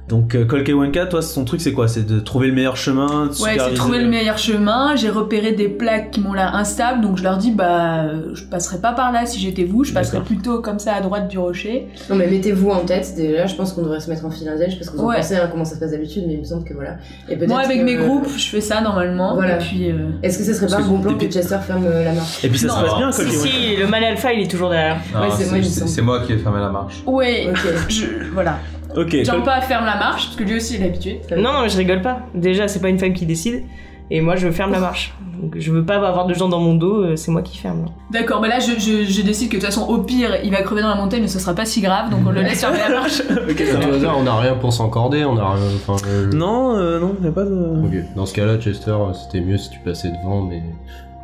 S1: Donc euh, Kolkewenka, toi, son truc c'est quoi C'est de trouver le meilleur chemin, de
S7: Ouais, c'est
S1: superviser-
S7: trouver le meilleur chemin. J'ai repéré des plaques qui m'ont l'air instables, donc je leur dis bah euh, je passerai pas par là si j'étais vous, je passerai
S1: D'accord.
S7: plutôt comme ça à droite du rocher.
S2: Non mais mettez-vous en tête déjà, je pense qu'on devrait se mettre en file indienne, je sais pas ce que vous en
S7: Ouais.
S2: pensez, hein, comment ça se passe d'habitude, mais il me semble que voilà. Et peut-être
S7: Moi avec
S2: que-
S7: mes groupes, je fais ça normalement.
S2: Voilà.
S7: Et puis euh,
S2: Est-ce que ce serait pas
S1: Parce
S2: un
S1: que
S2: bon plan
S1: des
S2: que Chester ferme euh, la marche
S1: Et puis ça se
S7: Non.
S1: passe bien,
S3: Si,
S1: Kolkewenka.
S3: si, le mal alpha il est toujours derrière.
S4: Ah,
S2: Ouais, c'est moi, il me
S4: c'est-
S2: semble.
S4: c'est moi qui ai fermé la marche.
S7: ouais,
S2: Ok.
S7: je voilà.
S1: Ok, Kol-
S7: Jumpa ferme la marche parce que lui aussi il est habitué.
S3: Non, non, mais je rigole pas. Déjà, c'est pas une femme qui décide. Et moi, je ferme la marche. Donc, je veux pas avoir de gens dans mon dos, euh, c'est moi qui ferme.
S7: D'accord, bah là je, je- je décide que de toute façon au pire il va crever dans la montagne mais ce sera pas si grave donc on le laisse fermer la marche.
S1: ok, ça
S6: À
S1: va.
S6: tout hasard, on n'a rien pour s'encorder, on a rien. Enfin, euh,
S1: Non, euh, non, il a pas de...
S6: ok. Dans ce cas-là, Chester, euh, c'était mieux si tu passais devant, mais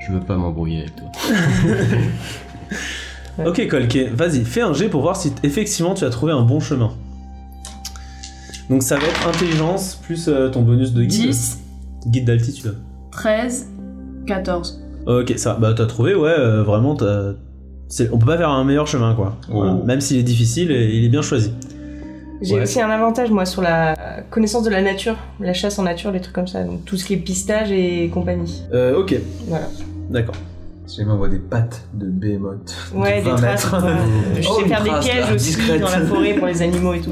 S6: je veux pas m'embrouiller avec toi.
S1: Ok Colquet, vas-y, fais un jet pour voir si t- effectivement tu as trouvé un bon chemin. Donc ça va être intelligence plus euh, ton bonus de guide.
S7: 10,
S1: Guide d'altitude.
S7: 13, 14.
S1: Ok, ça, va. bah t'as trouvé, ouais, euh, vraiment, t'as c'est- on peut pas faire un meilleur chemin, quoi.
S4: Oh.
S1: Voilà. Même s'il est difficile, et il est bien choisi.
S3: J'ai
S1: Ouais.
S3: aussi un avantage, moi, sur la connaissance de la nature, la chasse en nature, les trucs comme ça. Donc tout ce qui est pistage et compagnie.
S1: Euh, ok,
S3: Voilà.
S1: d'accord.
S4: Si jamais on voit des pattes de behemoth.
S3: Ouais, des
S4: 20
S3: traces.
S4: mètres.
S3: voilà. Je
S4: Oh,
S3: sais
S4: une
S3: faire
S4: trace,
S3: des pièges
S4: là,
S3: aussi
S4: discrète.
S3: dans la forêt pour les animaux et tout.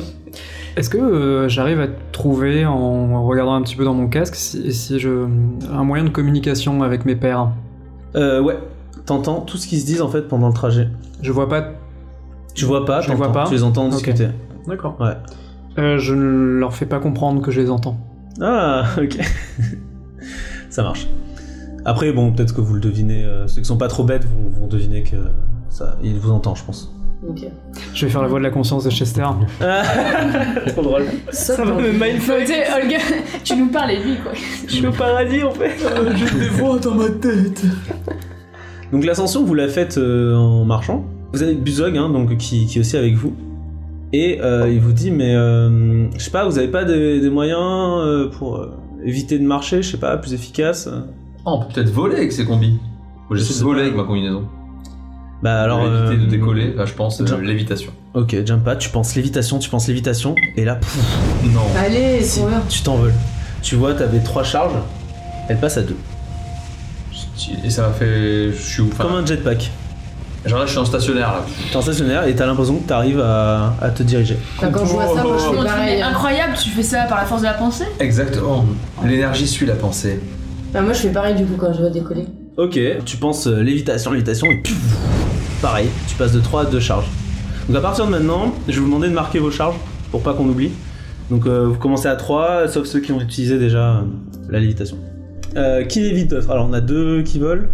S5: Est-ce que euh, j'arrive à trouver, en regardant un petit peu dans mon casque, si, si je, un moyen de communication avec mes pères
S1: Euh, ouais, t'entends tout ce qu'ils se disent en fait pendant le trajet.
S5: Je vois pas.
S1: Tu vois pas,
S5: Je les vois
S1: t'entends,
S5: pas.
S1: tu les entends
S5: Ok.
S1: discuter.
S5: D'accord.
S1: Ouais.
S5: Euh, je ne leur fais pas comprendre que je les entends.
S1: Ah, ok. ça marche. Après, bon, peut-être que vous le devinez. euh, ceux qui sont pas trop bêtes vont, vont deviner que ça, il vous entend, je pense.
S2: Ok.
S5: Je vais faire la voix de la conscience de Chester.
S1: trop drôle.
S2: Ça
S3: va me mindfuck.
S7: Faut- tu sais, Olga, tu nous parles et lui, quoi.
S3: Je
S4: Mm.
S3: suis au paradis en fait.
S1: Donc l'ascension, vous la faites euh, en marchant. Vous avez Buzog, hein, donc qui, qui est aussi avec vous. Et euh, il vous dit, mais euh, je sais pas, vous avez pas des, des moyens euh, pour euh, éviter de marcher, je sais pas, plus efficace. euh
S4: Ah, on peut peut-être voler avec ces combis. Moi,
S1: Je
S4: J'essaie
S1: sais
S4: de voler
S1: pas.
S4: avec ma combinaison.
S1: Bah alors.
S4: Alors, éviter
S1: euh,
S4: de décoller, Enfin, je pense, euh,
S1: jump.
S4: lévitation.
S1: Ok, jump pas, tu penses lévitation, tu penses lévitation, et là, pff,
S4: Non.
S2: Allez, sauveur.
S1: tu t'envoles. Tu vois, t'avais trois charges, elle passe à deux.
S4: Et ça m'a fait. Je suis où Enfin,
S1: Comme un jetpack.
S4: Genre là, je suis en stationnaire là.
S1: T'es en stationnaire et t'as l'impression que t'arrives à, à te diriger.
S2: Enfin, quand je vois ça, moi je fais pareil. hein.
S7: incroyable, tu fais ça par la force de la pensée
S4: Exactement. L'énergie suit la pensée.
S2: Enfin, moi je fais pareil du coup quand je vois décoller.
S1: Ok, tu penses euh, lévitation, lévitation, et piouf, pareil, tu passes de 3 à 2 charges. Donc à partir de maintenant, je vais vous demander de marquer vos charges pour pas qu'on oublie. Donc euh, vous commencez à 3, sauf ceux qui ont utilisé déjà euh, la lévitation. Euh, qui lévite d'autres Alors on a deux qui volent.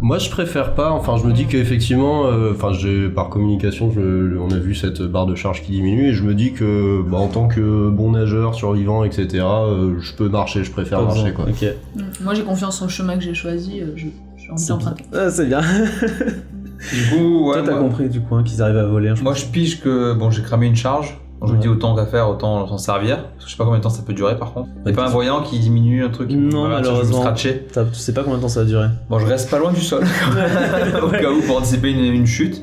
S6: Moi, je préfère pas. Enfin, je me dis qu'effectivement, euh, enfin, j'ai- par communication, je- on a vu cette barre de charge qui diminue, et je me dis que, bah, en tant que bon nageur, survivant, etc., euh, je peux marcher. Je préfère
S1: Pas
S6: marcher,
S1: besoin.
S6: quoi.
S1: Ok.
S7: Mm. Moi, j'ai confiance en le chemin que j'ai choisi, euh, je- j'ai envie
S1: C'est
S7: d'emprunter.
S1: Ah, c'est bien.
S4: Du coup, ouais,
S1: Toi t'as
S4: moi,
S1: compris du coup hein, qu'ils arrivent à voler. hein, je
S4: moi, je pige que. Bon, j'ai cramé une charge. Donc, Je me dis autant qu'à faire, autant s'en servir. Parce que je sais pas combien de temps ça peut durer par contre. Y'a pas un voyant qui diminue un truc qui peut
S1: Non,
S4: me- je vais me
S1: malheureusement.
S4: scratcher.
S1: pense. T'as- Tu sais pas combien de temps ça va durer.
S4: Bon, je reste pas loin du sol. Au cas où, pour anticiper une, une chute.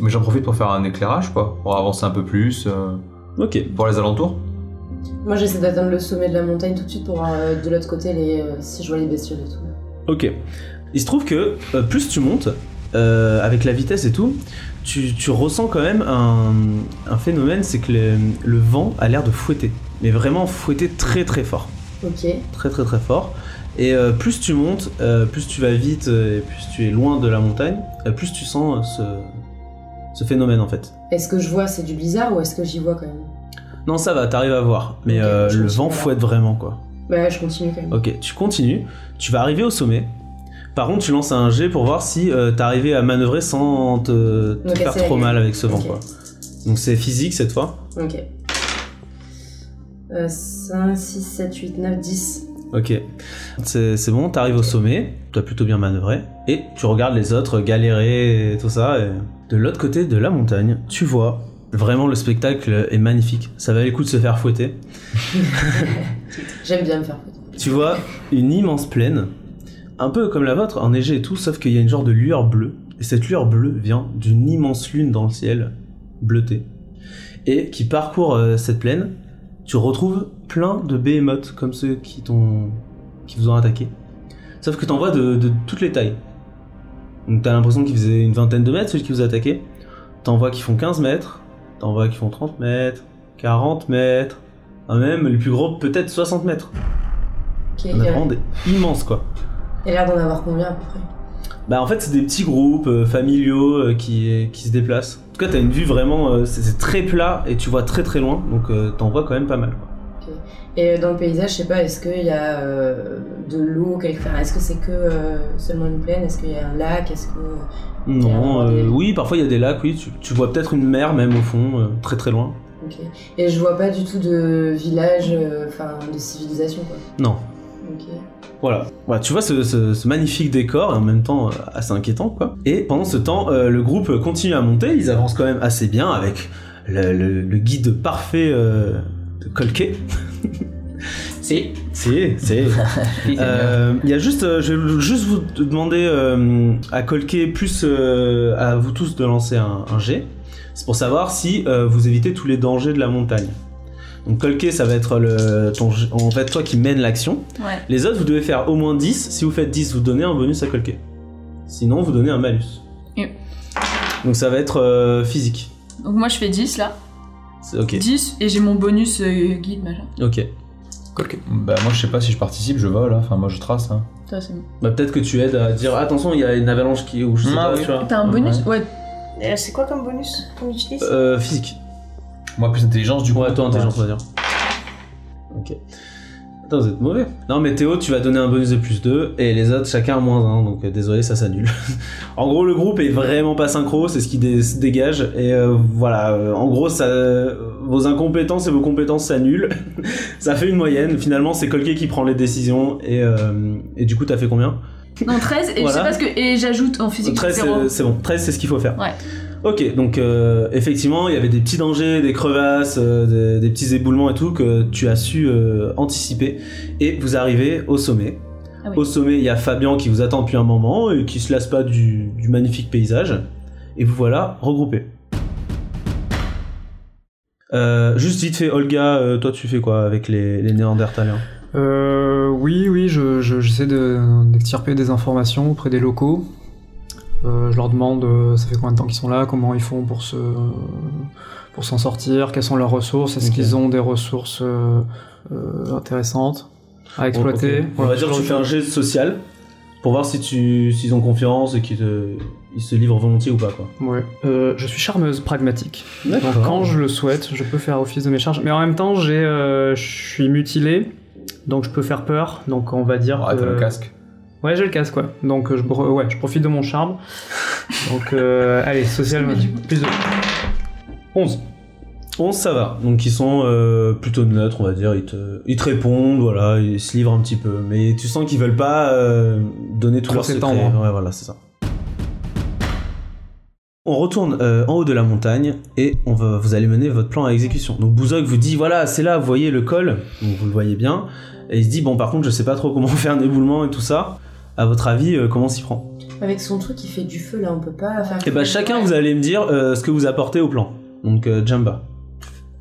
S4: Mais j'en profite pour faire un éclairage, quoi. Pour avancer un peu plus. euh,
S1: Ok.
S4: pour les alentours.
S2: Moi j'essaie d'atteindre le sommet de la montagne tout de suite pour euh, de l'autre côté les, euh, si je vois les bestioles et tout.
S1: Ok. Il se trouve que euh, plus tu montes, euh, avec la vitesse et tout, tu, tu ressens quand même un, un phénomène, c'est que le, le vent a l'air de fouetter. Mais vraiment fouetter très très fort.
S2: Ok.
S1: Très très très fort. Et euh, plus tu montes, euh, plus tu vas vite, euh, et plus tu es loin de la montagne, euh, plus tu sens euh, ce, ce phénomène en fait.
S2: Est-ce que je vois c'est du bizarre ou est-ce que j'y vois quand même
S1: Non, ça va, t'arrives à voir. Mais
S2: Ok,
S1: euh,
S2: je
S1: le
S2: continue
S1: vent
S2: alors.
S1: fouette vraiment quoi.
S2: Bah je continue quand même.
S1: Ok, tu continues, tu vas arriver au sommet. Par contre, tu lances un jet pour voir si euh, t'as arrivé à manœuvrer sans te, te
S2: Me
S1: faire
S2: casser la
S1: trop
S2: gueule.
S1: mal avec ce vent.
S2: Ok.
S1: Quoi. Donc c'est physique cette fois.
S2: Ok. Euh, 5, 6, 7, 8, 9, 10.
S1: Ok, c'est c'est bon, t'arrives au sommet, t'as plutôt bien manœuvré, et tu regardes les autres galérer et tout ça. et De l'autre côté de la montagne, tu vois, vraiment le spectacle est magnifique. Ça valait le coup de se faire fouetter.
S2: J'aime bien me faire foutre.
S1: Tu vois une immense plaine, un peu comme la vôtre, enneigée et tout, sauf qu'il y a une genre de lueur bleue. Et cette lueur bleue vient d'une immense lune dans le ciel, bleutée, et qui parcourt euh, cette plaine. Tu retrouves plein de behemoths, comme ceux qui t'ont, qui vous ont attaqué. Sauf que t'en vois de, de toutes les tailles. Donc t'as l'impression qu'ils faisaient une vingtaine de mètres, celui qui vous a attaqué. T'en vois qui font 15 mètres, t'en vois qui font 30 mètres, 40 mètres, ah, même le plus gros peut-être 60 mètres.
S2: Ok.
S1: On
S2: il y
S1: a
S2: a-
S1: vraiment des immenses quoi.
S2: euh, Il a l'air d'en avoir combien à peu près
S1: Bah en fait c'est des petits groupes euh, familiaux euh, qui, qui se déplacent. En tout cas t'as une vue vraiment euh, c'est c'est très plat et tu vois très très loin donc euh, t'en vois quand même pas mal. quoi.
S2: Et euh, dans le paysage, je sais pas, est-ce qu'il y a euh, de l'eau quelque part Est-ce que c'est que euh, seulement une plaine Est-ce qu'il y a un lac Est-ce que
S1: Non,
S2: Il y a
S1: euh,
S2: des-
S1: oui parfois il y a des lacs, oui tu, tu vois peut-être une mer même au fond euh, très très loin.
S2: Ok. Et je vois pas du tout de village, euh, enfin de civilisation quoi.
S1: Non.
S2: Ok.
S1: Voilà. Voilà, tu vois ce, ce- ce magnifique décor et en même temps euh, assez inquiétant quoi. Et pendant ce temps euh, le groupe continue à monter, ils avancent quand même assez bien avec le, le- le guide parfait euh, de Colquet.
S8: Si.
S1: C'est,
S8: Si,
S1: c'est.
S8: c'est
S1: Euh, Il y a juste, euh, je vais juste vous demander euh, à colquer plus euh, à vous tous de lancer un, un jet. C'est pour savoir si euh, vous évitez tous les dangers de la montagne. Donc colquer, ça va être le, ton, jet- en fait toi qui mène l'action.
S7: Ouais.
S1: Les autres, vous devez faire au moins 10. Si vous faites 10, vous donnez un bonus à colquer. Sinon, vous donnez un malus.
S7: Et-
S1: Donc ça va être euh, physique.
S7: Donc moi je fais 10 là.
S1: C'est- Ok,
S7: 10 et j'ai mon bonus euh, guide machin.
S1: ok.
S4: Bah moi je sais pas si je participe, je vole, hein. enfin moi je trace. Hein.
S7: Ça, c'est bon.
S1: Bah peut-être que tu aides à dire attention, il y a une avalanche qui ou je sais
S4: Ah
S1: pas,
S4: oui.
S1: tu vois.
S7: T'as un bonus Ouais.
S3: Euh, c'est quoi comme bonus qu'on utilise
S1: Euh, physique.
S4: Moi plus intelligence du coup.
S1: Ouais, toi, intelligence, on va dire. Ok. Attends, vous êtes mauvais. Non, mais Théo, tu vas donner un bonus de plus 2 et les autres, chacun moins 1, donc euh, désolé, ça s'annule. en gros, le groupe est vraiment pas synchro, c'est ce qui dé- se dégage. Et euh, voilà, euh, en gros, ça, euh, vos incompétences et vos compétences s'annulent. ça fait une moyenne. Finalement, c'est Colquet qui prend les décisions et, euh, et du coup, t'as fait combien
S7: Non, 13 et je sais
S1: Voilà. euh,
S7: pas ce que. Et j'ajoute en physique
S1: 13,
S7: 0.
S1: c'est- c'est bon. 13, c'est ce qu'il faut faire.
S7: Ouais.
S1: Ok, donc euh, effectivement, il y avait des petits dangers, des crevasses, euh, des, des petits éboulements et tout que tu as su euh, anticiper. Et vous arrivez au sommet.
S7: Ah oui.
S1: Au sommet, il y a Fabian qui vous attend depuis un moment et qui se lasse pas du, du magnifique paysage. Et vous voilà regroupés. Euh, juste vite fait, Olga, euh, toi tu fais quoi avec les, les Néandertaliens
S5: Euh, oui, oui, je- je- j'essaie de- d'extirper des informations auprès des locaux. Euh, je leur demande euh, ça fait combien de temps qu'ils sont là, comment ils font pour se pour s'en sortir, quelles sont leurs ressources, est-ce
S1: Ok.
S5: qu'ils ont des ressources euh, euh, intéressantes à exploiter.
S1: Ok. On
S5: Voilà,
S1: va
S5: ce
S1: dire que
S5: genre
S1: tu
S5: de
S1: fais un
S5: choses.
S1: geste social pour voir si tu s'ils ont confiance et qu'ils te- ils se livrent volontiers ou pas quoi.
S5: Ouais. Euh, je suis charmeuse, pragmatique. Donc quand je le souhaite, je peux faire office de mes charges. Mais en même temps, j'ai, euh, je suis mutilé, donc je peux faire peur. Donc on va dire.
S4: Ah, t'as
S5: que-
S4: le casque.
S5: Ouais, j'ai le casque, ouais. Donc euh, je, bro- ouais, je profite de mon charme. Donc euh, allez, social
S7: Mais du coup-
S5: plus de
S1: 11. 11 ça va. Donc ils sont euh, plutôt neutres, on va dire, ils te ils te répondent, voilà, ils se livrent un petit peu mais tu sens qu'ils veulent pas euh, donner tout
S5: Trop
S1: leur secret.
S5: s'étendre. hein.
S1: Ouais, voilà, c'est ça. On retourne euh, en haut de la montagne et on va, vous allez mener votre plan à exécution. Donc Bouzog vous dit voilà c'est là vous voyez le col donc vous le voyez bien et il se dit bon par contre je sais pas trop comment faire un éboulement et tout ça. À votre avis euh, comment on s'y prend
S2: Avec son truc, il fait du feu là, on peut pas faire.
S1: Et bah chacun vous allez me dire euh, ce que vous apportez au plan. Donc euh, Jamba.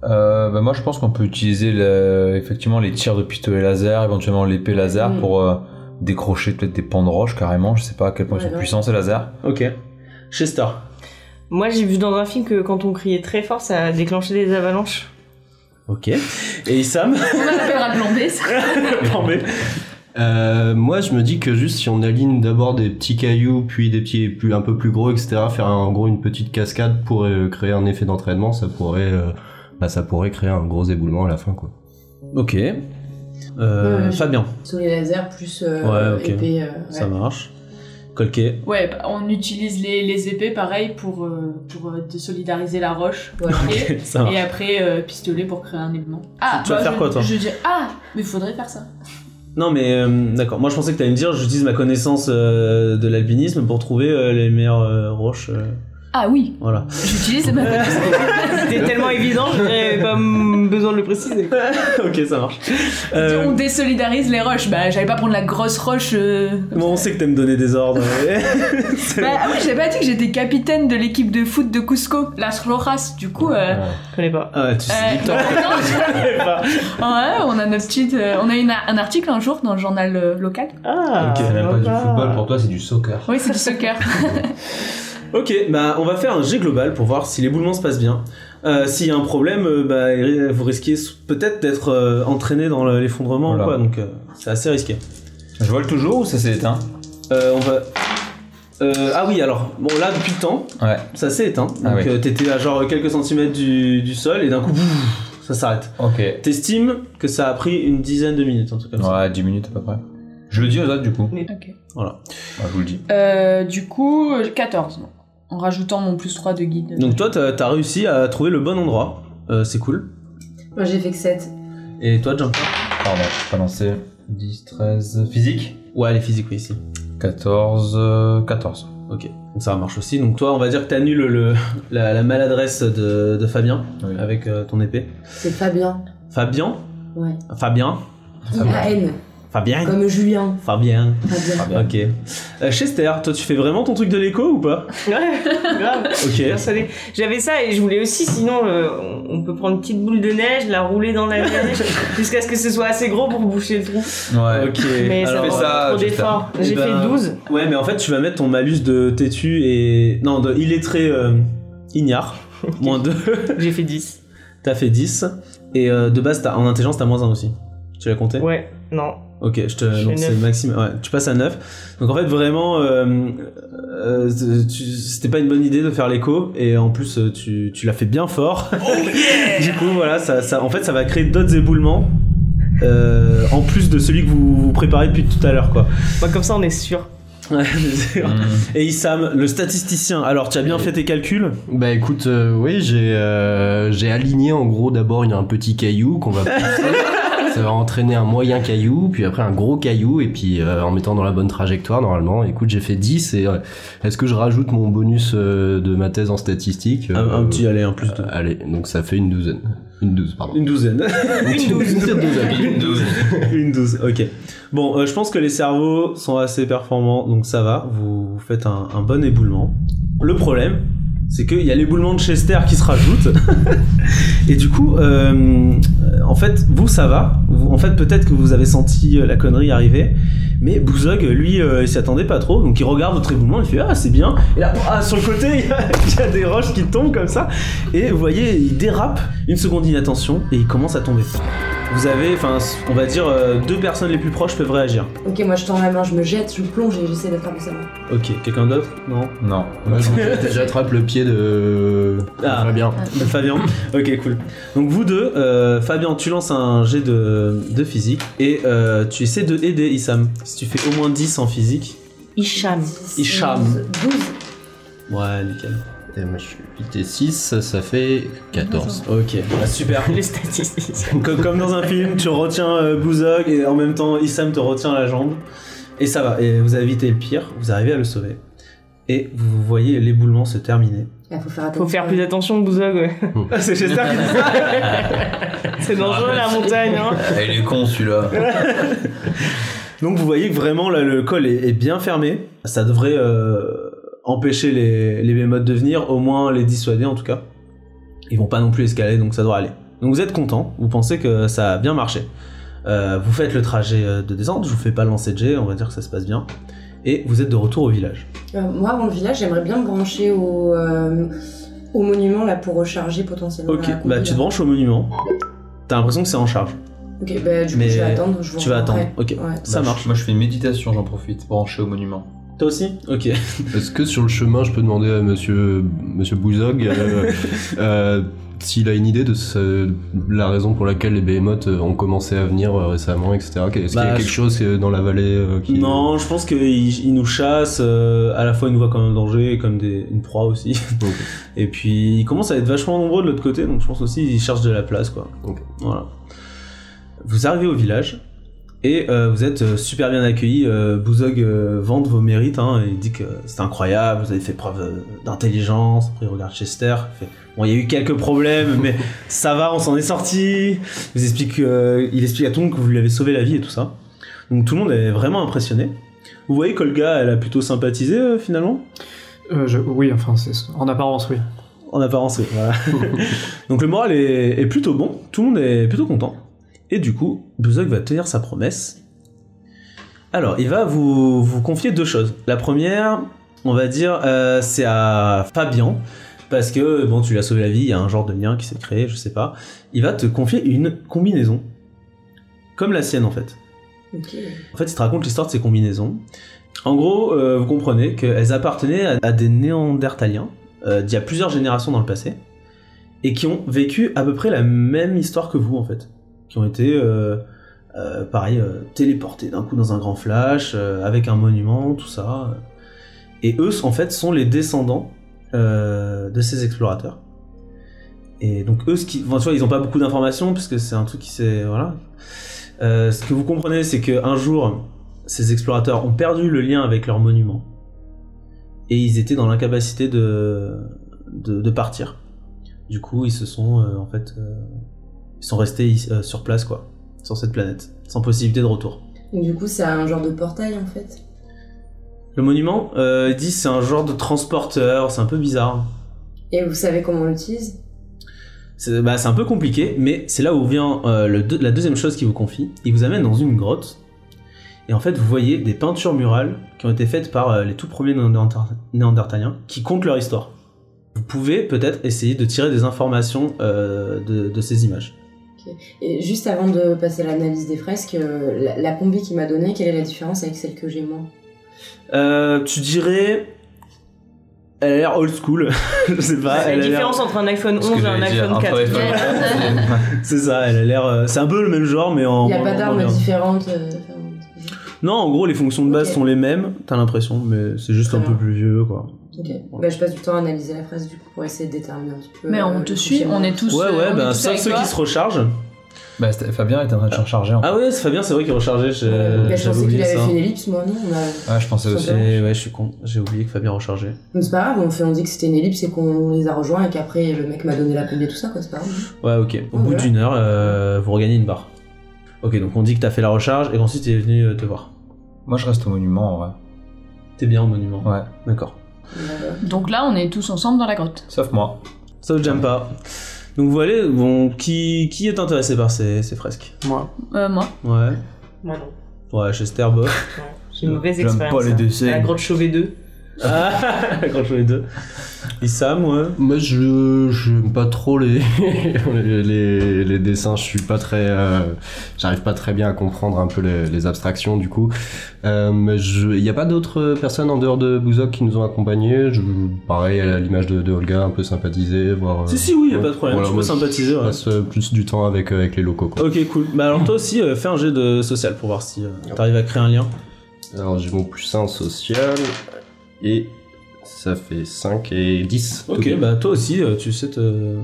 S4: Euh, bah moi je pense qu'on peut utiliser le- effectivement les tirs de pistolet laser, éventuellement l'épée laser
S2: Mm.
S4: pour euh, décrocher peut-être des pans de roche carrément. Je sais pas à quel point ils
S2: Ouais,
S4: sont
S2: ouais.
S4: puissants ces lasers.
S1: Ok. Chester.
S3: Moi, j'ai vu dans un film que quand on criait très fort, ça déclenchait des avalanches.
S1: Ok. Et Issam.
S7: On appellera le plan B, ça.
S1: Plan B.
S6: Euh, moi, je me dis que juste si on aligne d'abord des petits cailloux, puis des petits plus, un peu plus gros, etc., faire un- en gros une petite cascade pour euh, créer un effet d'entraînement, ça pourrait, euh, bah, ça pourrait créer un gros éboulement à la fin, quoi.
S1: Ok. Euh,
S2: Ouais.
S1: Fabien.
S2: Sous les lasers, plus euh,
S1: Ouais, ok.
S2: épée. euh,
S1: Ça
S2: ouais.
S1: marche. Colquet.
S7: Ouais, bah, on utilise les, les épées pareil pour, euh, pour euh, désolidariser la roche.
S2: Ouais.
S7: Et,
S1: ça marche.
S7: et après euh, pistolet pour créer un élément. Ah,
S1: Tu vas faire
S7: je-
S1: quoi, toi
S7: Je dis ah, mais faudrait faire ça.
S1: Non mais euh, d'accord. Moi je pensais que t'allais me dire j'utilise ma connaissance euh, de l'alpinisme pour trouver euh, les meilleures euh, roches. euh,
S7: Ah oui,
S1: voilà.
S7: j'utilise ma
S3: C'était tellement évident, je dirais pas mm, besoin de le préciser.
S1: ok ça marche.
S7: Dire, On
S1: Euh,
S7: désolidarise les roches. Bah, j'allais pas prendre la grosse roche. euh, comme
S1: bon on
S7: ça.
S1: sait que t'aimes donner des ordres. C'est-
S7: Bah, ah ouais, j'avais pas dit que j'étais capitaine de l'équipe de foot de Cusco, Las Rojas. Du coup, euh,
S3: Je connais pas.
S1: Ah, tu sais,
S7: euh,
S1: Victor.
S7: non, je-
S1: je sais pas.
S7: ouais, on a notre petite, euh, on a une, un article un jour dans le journal euh, local.
S3: Ah,
S4: c'est même pas du
S3: voilà.
S4: football pour toi, c'est du soccer.
S7: Oui, c'est du soccer.
S1: Ok, bah on va faire un jet global pour voir si l'éboulement se passe bien. Euh, S'il y a un problème, euh, bah, ri- vous risquez s- peut-être d'être euh, entraîné dans le- l'effondrement
S4: Voilà.
S1: ou quoi, donc euh, c'est assez risqué.
S4: Je vole toujours ou ça s'est éteint
S1: Euh, on va. Euh, ah oui, alors, bon là depuis le temps,
S4: Ouais.
S1: ça s'est éteint. Donc
S4: Ah oui.
S1: euh, t'étais à genre quelques centimètres du, du sol et d'un coup, bouf, ça s'arrête.
S4: Ok.
S1: T'estimes que ça a pris une dizaine de minutes, un truc comme ça.
S4: Ouais, 10 minutes à peu près. Je le dis aux autres du coup.
S7: Ok.
S4: Ouais, je vous le dis.
S7: Euh, du coup, euh, 14, non. en rajoutant mon plus 3 de guide.
S1: Donc toi, t'as t'as réussi à trouver le bon endroit, Euh, c'est cool.
S2: Moi j'ai fait que 7.
S1: Et toi, Jumper
S4: Pardon, je suis pas lancé. 10, 13. Physique
S1: Ouais, les physiques, oui, ici.
S4: 14. euh, 14.
S1: Ok, donc ça marche aussi. Donc toi, on va dire que t'annules le, la, la maladresse de, de Fabien
S4: Oui.
S1: avec euh, ton épée.
S2: C'est Fabien.
S1: Fabien
S2: Ouais.
S1: Fabien
S2: I-A-N,
S1: Fabien
S2: comme Julien.
S1: Fabien.
S2: Fabien.
S1: Ok. Euh, Chester, toi tu fais vraiment ton truc de l'écho ou pas
S3: Ouais, grave.
S1: Ok.
S3: Persuadée. J'avais ça et je voulais aussi, sinon euh, on- on peut prendre une petite boule de neige, la rouler dans la neige jusqu'à ce que ce soit assez gros pour boucher le trou.
S4: Ouais.
S1: Ok.
S3: Mais
S1: alors-
S4: fais
S3: ça
S4: ça,
S3: va trop
S4: euh, Justin.
S3: d'efforts.
S1: Eh
S3: J'ai
S1: ben,
S3: fait 12.
S1: Ouais, mais en fait, tu vas mettre ton malus de têtu et. Non, de illettré euh, ignare. moins 2.
S3: J'ai fait 10.
S1: t'as fait 10. Et euh, de base, t'as- en intelligence, t'as moins 1 aussi. Tu l'as compté
S3: Ouais, non.
S1: Ok, je te.
S3: Je
S1: Non,
S3: fais
S1: c'est
S3: neuf.
S1: maximum. Ouais, tu passes à 9. Donc en fait, vraiment, euh, euh, tu- c'était pas une bonne idée de faire l'écho. Et en plus, euh, tu, tu l'as fait bien fort.
S3: Oh,
S1: du coup, voilà, ça, ça, en fait, ça va créer d'autres éboulements. euh, en plus de celui que vous, vous préparez depuis tout à l'heure, quoi.
S3: Bah, comme ça on est sûr.
S1: Ouais, c'est sûr.
S4: Hmm.
S1: Et Issam, le statisticien. Alors, tu as bien fait tes calculs
S6: Bah écoute, euh, oui, j'ai euh, j'ai aligné en gros d'abord une- un petit caillou qu'on va pousser. Ça va entraîner un moyen caillou, puis après un gros caillou, et puis euh, en mettant dans la bonne trajectoire normalement. Écoute, j'ai fait 10, et euh, est-ce que je rajoute mon bonus euh, de ma thèse en statistique
S1: un, un
S6: Euh,
S1: petit, allez, un plus de.
S6: Allez, donc ça fait une douzaine. Une douze, pardon.
S1: Une douzaine.
S6: Une douze.
S4: Une douze.
S1: Une douze, ok. Bon, euh, je pense que les cerveaux sont assez performants, donc ça va, vous vous faites un, un bon éboulement. Le problème, c'est qu'il y a l'éboulement de Chester qui se rajoute. Et du coup, euh, euh, en fait, vous, ça va. Vous- en fait, peut-être que vous avez senti euh, la connerie arriver. Mais Bouzog, lui, euh, il s'y attendait pas trop. Donc il regarde votre éboulement, il fait Ah, c'est bien. Et là, ah, sur le côté, il y, a, il y a des roches qui tombent comme ça. Et vous voyez, il dérape une seconde d'inattention et il commence à tomber. Vous avez, enfin, on va dire, euh, deux personnes les plus proches peuvent réagir.
S2: Ok, moi je tends la main, je me jette, je plonge et j'essaie d'attraper sa main.
S1: Ok, quelqu'un d'autre Non
S4: Non.
S6: Moi, je- euh, J'attrape le pied de.
S1: Ah.
S6: Très bien.
S1: Euh, Fabien Ok, cool. Donc vous deux, euh, Fabien, tu lances un jet de, de physique et euh, tu essaies de aider Issam. Si tu fais au moins 10 en physique.
S3: Hicham.
S2: 10,
S1: Hicham.
S2: 12.
S1: Ouais, nickel.
S6: Et moi, je suis 8 et 6, ça, ça fait 14.
S1: Ok, bah, super.
S3: Les statistiques.
S1: comme, comme dans un film, tu retiens euh, Bouzog et en même temps Issam te retient la jambe. Et ça va, et vous avez évité le pire, vous arrivez à le sauver. Et vous voyez l'éboulement se terminer.
S2: Là, faut faire
S3: Faut
S2: attention.
S3: faire plus attention, Bouzog. ouais.
S1: Ah, C'est Chester qui dit ça
S3: C'est dangereux la montagne. Hein.
S4: Ah, Il est con celui-là.
S1: Donc vous voyez que vraiment là, le col est, est bien fermé. Ça devrait euh, empêcher les, les bémotes de venir, au moins les dissuader en tout cas. Ils vont pas non plus escalader, donc ça doit aller. Donc vous êtes content, vous pensez que ça a bien marché. Euh, vous faites le trajet euh, de descente, je vous fais pas le lancer de jet, on va dire que ça se passe bien. Et vous êtes de retour au village.
S2: Euh, moi, avant le village, j'aimerais bien me brancher au, euh, au monument là pour recharger potentiellement.
S1: Ok,
S2: la combi,
S1: bah tu te
S2: là.
S1: branches au monument. T'as l'impression que c'est en charge.
S2: Ok, bah du coup,
S1: Mais
S2: je vais attendre. Je vous
S1: Tu vas
S2: reprends
S1: attendre.
S2: après.
S1: Ok,
S2: Ouais.
S1: ça
S4: Bah,
S1: marche.
S4: je- Moi je fais une méditation, j'en profite, branché au monument.
S1: Toi aussi Ok.
S6: Est-ce que sur le chemin, je peux demander à monsieur, monsieur Bouzog euh, euh, s'il a une idée de ce- la raison pour laquelle les behemoths euh, ont commencé à venir euh, récemment, etc. Est-ce qu'il y
S1: Bah,
S6: a quelque
S1: je-
S6: chose euh, dans la vallée euh, qui.
S1: Non, je pense qu'ils nous chassent. euh, à la fois, ils nous voient comme un danger et comme des, une proie aussi.
S6: Ok.
S1: Et puis, ils commencent à être vachement nombreux de l'autre côté, donc je pense aussi ils cherchent de la place, quoi.
S6: Ok.
S1: Voilà. Vous arrivez au village et euh, vous êtes euh, super bien accueillis. euh, Bouzog euh, vante vos mérites. hein, et il dit que c'est incroyable, vous avez fait preuve euh, d'intelligence. Après, il regarde Chester. il fait, bon, il y a eu quelques problèmes, mais ça va, on s'en est sorti. Il vous explique, euh, il explique à tout le monde que vous lui avez sauvé la vie et tout ça. Donc tout le monde est vraiment impressionné. Vous voyez que Olga, elle a plutôt sympathisé euh, finalement
S5: Euh, je- oui, enfin, c'est- en apparence, oui.
S1: En apparence, oui, voilà. Donc le moral est, est plutôt bon, tout le monde est plutôt content. Et du coup, Buzog va tenir sa promesse. Alors, il va vous, vous confier deux choses. La première, on va dire, euh, c'est à Fabian, parce que, bon, tu lui as sauvé la vie, il y a un genre de lien qui s'est créé, je sais pas. Il va te confier une combinaison. Comme la sienne, en fait.
S2: Ok.
S1: En fait, il te raconte l'histoire de ces combinaisons. En gros, euh, vous comprenez qu'elles appartenaient à, à des néandertaliens euh, d'il y a plusieurs générations dans le passé et qui ont vécu à peu près la même histoire que vous, en fait. Qui ont été, euh, euh, pareil, euh, téléportés d'un coup dans un grand flash, euh, avec un monument, tout ça. Et eux, en fait, sont les descendants euh, de ces explorateurs. Et donc, eux, ce qui, enfin, tu vois, ils n'ont pas beaucoup d'informations, puisque c'est un truc qui s'est. Voilà, euh, ce que vous comprenez, c'est qu'un jour, ces explorateurs ont perdu le lien avec leur monument. Et ils étaient dans l'incapacité de, de, de partir. Du coup, ils se sont, euh, en fait, euh, ils sont restés ici- euh, sur place, quoi. sur cette planète, sans possibilité de retour.
S2: Donc, du coup, c'est un genre de portail en fait.
S1: Le monument, euh, dit c'est un genre de transporteur, c'est un peu bizarre.
S2: Et vous savez comment on l'utilise
S1: C'est bah, c'est un peu compliqué, mais c'est là où vient euh, le deux- la deuxième chose qu'il vous confie. Il vous amène dans une grotte, et en fait, vous voyez des peintures murales qui ont été faites par euh, les tout premiers Néanderta- néandertaliens qui comptent leur histoire. Vous pouvez peut-être essayer de tirer des informations euh, de- de ces images.
S2: Et juste avant de passer à l'analyse des fresques, euh, la, la combi qui m'a donnée, quelle est la différence avec celle que j'ai moi
S1: Euh, tu dirais. Elle a l'air old school. je sais pas.
S3: la
S1: Bah, Elle a l'air-
S3: différence entre un iPhone
S4: Ce que
S3: 11 et un
S4: j'allais dire,
S3: iPhone
S4: entre
S3: 4.
S4: iPhone
S7: Ouais.
S4: 11.
S1: C'est ça, elle a l'air. euh, C'est un peu le même genre, mais en.
S2: Il n'y a
S1: en-
S2: pas
S1: en-
S2: d'armes
S1: en-
S2: différentes. euh, enfin,
S1: Non, en gros, les fonctions de base
S2: Ok.
S1: sont les mêmes, t'as l'impression, mais c'est juste
S2: Très
S1: un
S2: bien.
S1: peu plus vieux, quoi.
S2: ok. Bah, je passe du temps à analyser la fresque du coup pour essayer de déterminer un petit peu.
S7: Mais on
S2: euh,
S7: te
S2: le
S7: suit,
S2: fonctionnement.
S7: on est tous.
S1: ouais,
S7: euh, on
S1: ouais,
S7: est
S1: ben,
S7: tous
S1: sauf
S7: avec
S1: ceux
S7: toi.
S1: qui se rechargent.
S4: Bah, c'était- Fabien est en train de se recharger. en fait.
S1: Ah ouais, c'est Fabien, c'est vrai qu'il rechargeait. j'ai-
S2: Euh, bah, je
S1: J'avais
S2: pensais qu'il
S1: oublié
S2: avait
S1: ça.
S2: fait une ellipse, moi non. on a-
S4: Ah, je pensais aussi.
S2: Ça va.
S1: Et ouais, je suis con, j'ai oublié que Fabien rechargeait.
S2: Mais C'est pas grave, on, fait, on dit que c'était une ellipse et qu'on les a rejoints et qu'après le mec m'a donné la combi et tout ça, quoi, c'est pas grave.
S1: Ouais, ok. Au
S2: Ouais.
S1: bout d'une heure, euh, vous regagnez une barre. Ok, donc on dit que t'as fait la recharge et qu'ensuite t'es venu euh, te voir.
S4: Moi, je reste au monument, ouais.
S1: T'es bien au monument.
S4: Ouais.
S1: D'accord.
S2: Voilà.
S7: Donc là, on est tous ensemble dans la grotte.
S4: Sauf moi.
S1: Sauf Jampa. Donc vous allez, bon, qui, qui est intéressé par ces, ces fresques
S5: Moi.
S7: Euh, moi.
S1: Ouais.
S3: Moi non.
S1: Ouais, Chester, bof.
S3: non. J'ai une mauvaise
S4: J'aime
S3: expérience.
S4: pas les
S3: hein.
S4: dessins.
S3: À La grotte Chauvet 2.
S1: ah, quand je les deux. Issam, ouais.
S6: Moi, je j'aime pas trop les, les, les- les dessins. Je suis pas très, euh, j'arrive pas très bien à comprendre un peu les, les abstractions du coup. Euh, mais je- Il n'y a pas d'autres personnes en dehors de Bouzok qui nous ont accompagnés. Je, pareil à l'image de, de Olga, un peu sympathisé, voir. euh,
S1: Si, si, oui, y a
S6: ouais.
S1: pas de problème. Tu peux
S6: moi,
S1: sympathiser,
S6: Je
S1: ouais.
S6: passe euh, plus du temps avec euh, avec les locaux. Quoi.
S1: Ok, cool. Bah alors toi aussi, euh, fais un jet de social pour voir si euh, t'arrives à créer un lien.
S6: Alors j'ai mon plus 1 social et ça fait 5 et 10.
S1: Ok, bah toi aussi, euh, tu sais te...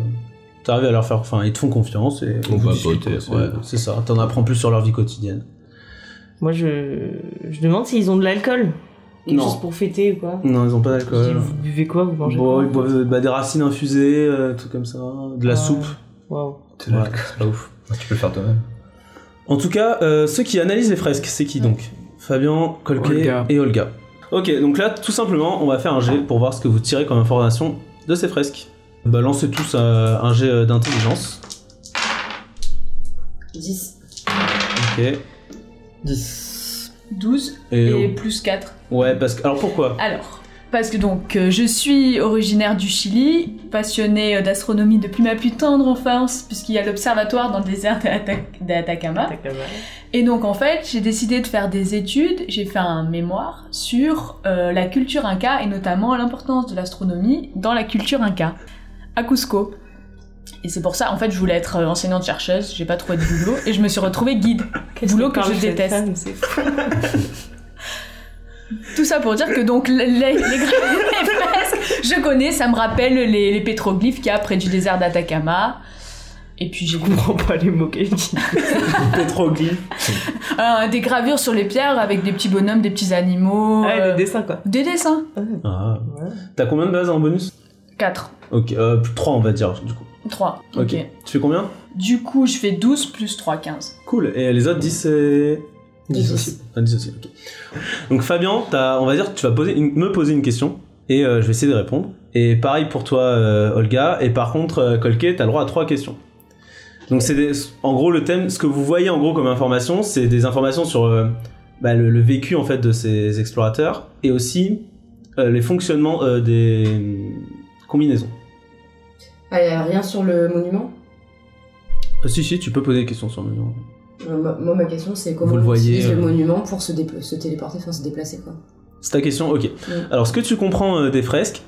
S1: T'arrives à leur faire... Enfin, ils te font confiance et...
S6: On
S1: vous
S6: va
S1: discutez.
S6: poter, c'est-
S1: Ouais, c'est ça. T'en apprends plus sur leur vie quotidienne.
S3: Moi, je... je demande s'ils ont de l'alcool. Quelque
S1: Non.
S3: chose pour fêter ou quoi.
S1: Non, ils ont pas
S3: Je dis,
S1: d'alcool.
S3: Vous buvez quoi Vous mangez
S1: Bon,
S3: quoi
S1: ils boivent bah, des racines infusées, euh, tout comme ça. De la
S3: Ah.
S1: soupe.
S3: Waouh.
S1: Ouais, c'est pas ouf.
S4: Ah, Tu peux le faire toi-même.
S1: En tout cas, euh, ceux qui analysent les fresques, c'est qui donc Fabien, Colquet
S5: Olga.
S1: et Olga. Ok, donc là, tout simplement, on va faire un jet pour voir ce que vous tirez comme information de ces fresques. Bah, lancez tous euh, un jet euh, d'intelligence.
S2: 10.
S1: Ok.
S5: 10.
S7: 12
S1: Et,
S7: et plus 4.
S1: ouais, parce que alors pourquoi
S7: Alors, parce que donc euh, je suis originaire du Chili, passionnée euh, d'astronomie depuis ma plus tendre enfance, puisqu'il y a l'observatoire dans le désert d'Ata- d'Atacama.
S3: Tac, tac, tac.
S7: Et donc en fait, j'ai décidé de faire des études, j'ai fait un mémoire sur euh, la culture inca et notamment l'importance de l'astronomie dans la culture inca à Cusco. Et c'est pour ça, en fait, je voulais être euh, enseignante-chercheuse, j'ai pas trouvé de boulot et je me suis retrouvée guide.
S3: Qu'est-ce
S7: Boulot que
S3: parle
S7: je
S3: cette
S7: déteste.
S3: femme, c'est fou.
S7: Tout ça pour dire que donc les, les- les fresques, je connais, ça me rappelle les, les pétroglyphes qu'il y a près du désert d'Atacama. Et puis j'ai
S3: Je comprends pas les mots qu'elle dit.
S1: Pétroglyphe.
S7: euh, des gravures sur les pierres avec des petits bonhommes, des petits animaux,
S3: Ah,
S7: euh,
S3: les dessins, quoi.
S7: des dessins.
S1: Ah. T'as combien de bases en bonus
S7: 4,
S1: Ok, euh, 3 on va dire du coup.
S7: 3. ok.
S1: Tu fais combien
S7: Du coup, je fais 12 plus 3, 15.
S1: Cool. Et les autres 10 c'est.
S5: 10 aussi.
S1: Ah, 10 aussi, ok. Donc Fabien, t'as- on va dire que tu vas poser une- me poser une question et euh, je vais essayer de répondre. Et pareil pour toi, euh, Olga. Et par contre, euh, Colquet, t'as le droit à trois questions. Donc c'est des- en gros le thème, ce que vous voyez en gros comme information, c'est des informations sur euh, bah, le, le vécu en fait de ces explorateurs et aussi euh, les fonctionnements euh, des euh, combinaisons.
S2: Allez, alors, Ah, rien sur le monument
S1: Euh, si si, tu peux poser des questions sur le mur.
S2: Euh, Moi, moi, ma question, c'est
S1: Vous
S2: comment
S1: le
S2: on
S1: voyez,
S2: utilise
S1: euh.
S2: le monument pour se, dépla- se téléporter, enfin se déplacer, quoi.
S1: C'est ta question, ok.
S2: Mm.
S1: Alors, ce que tu comprends euh, des fresques,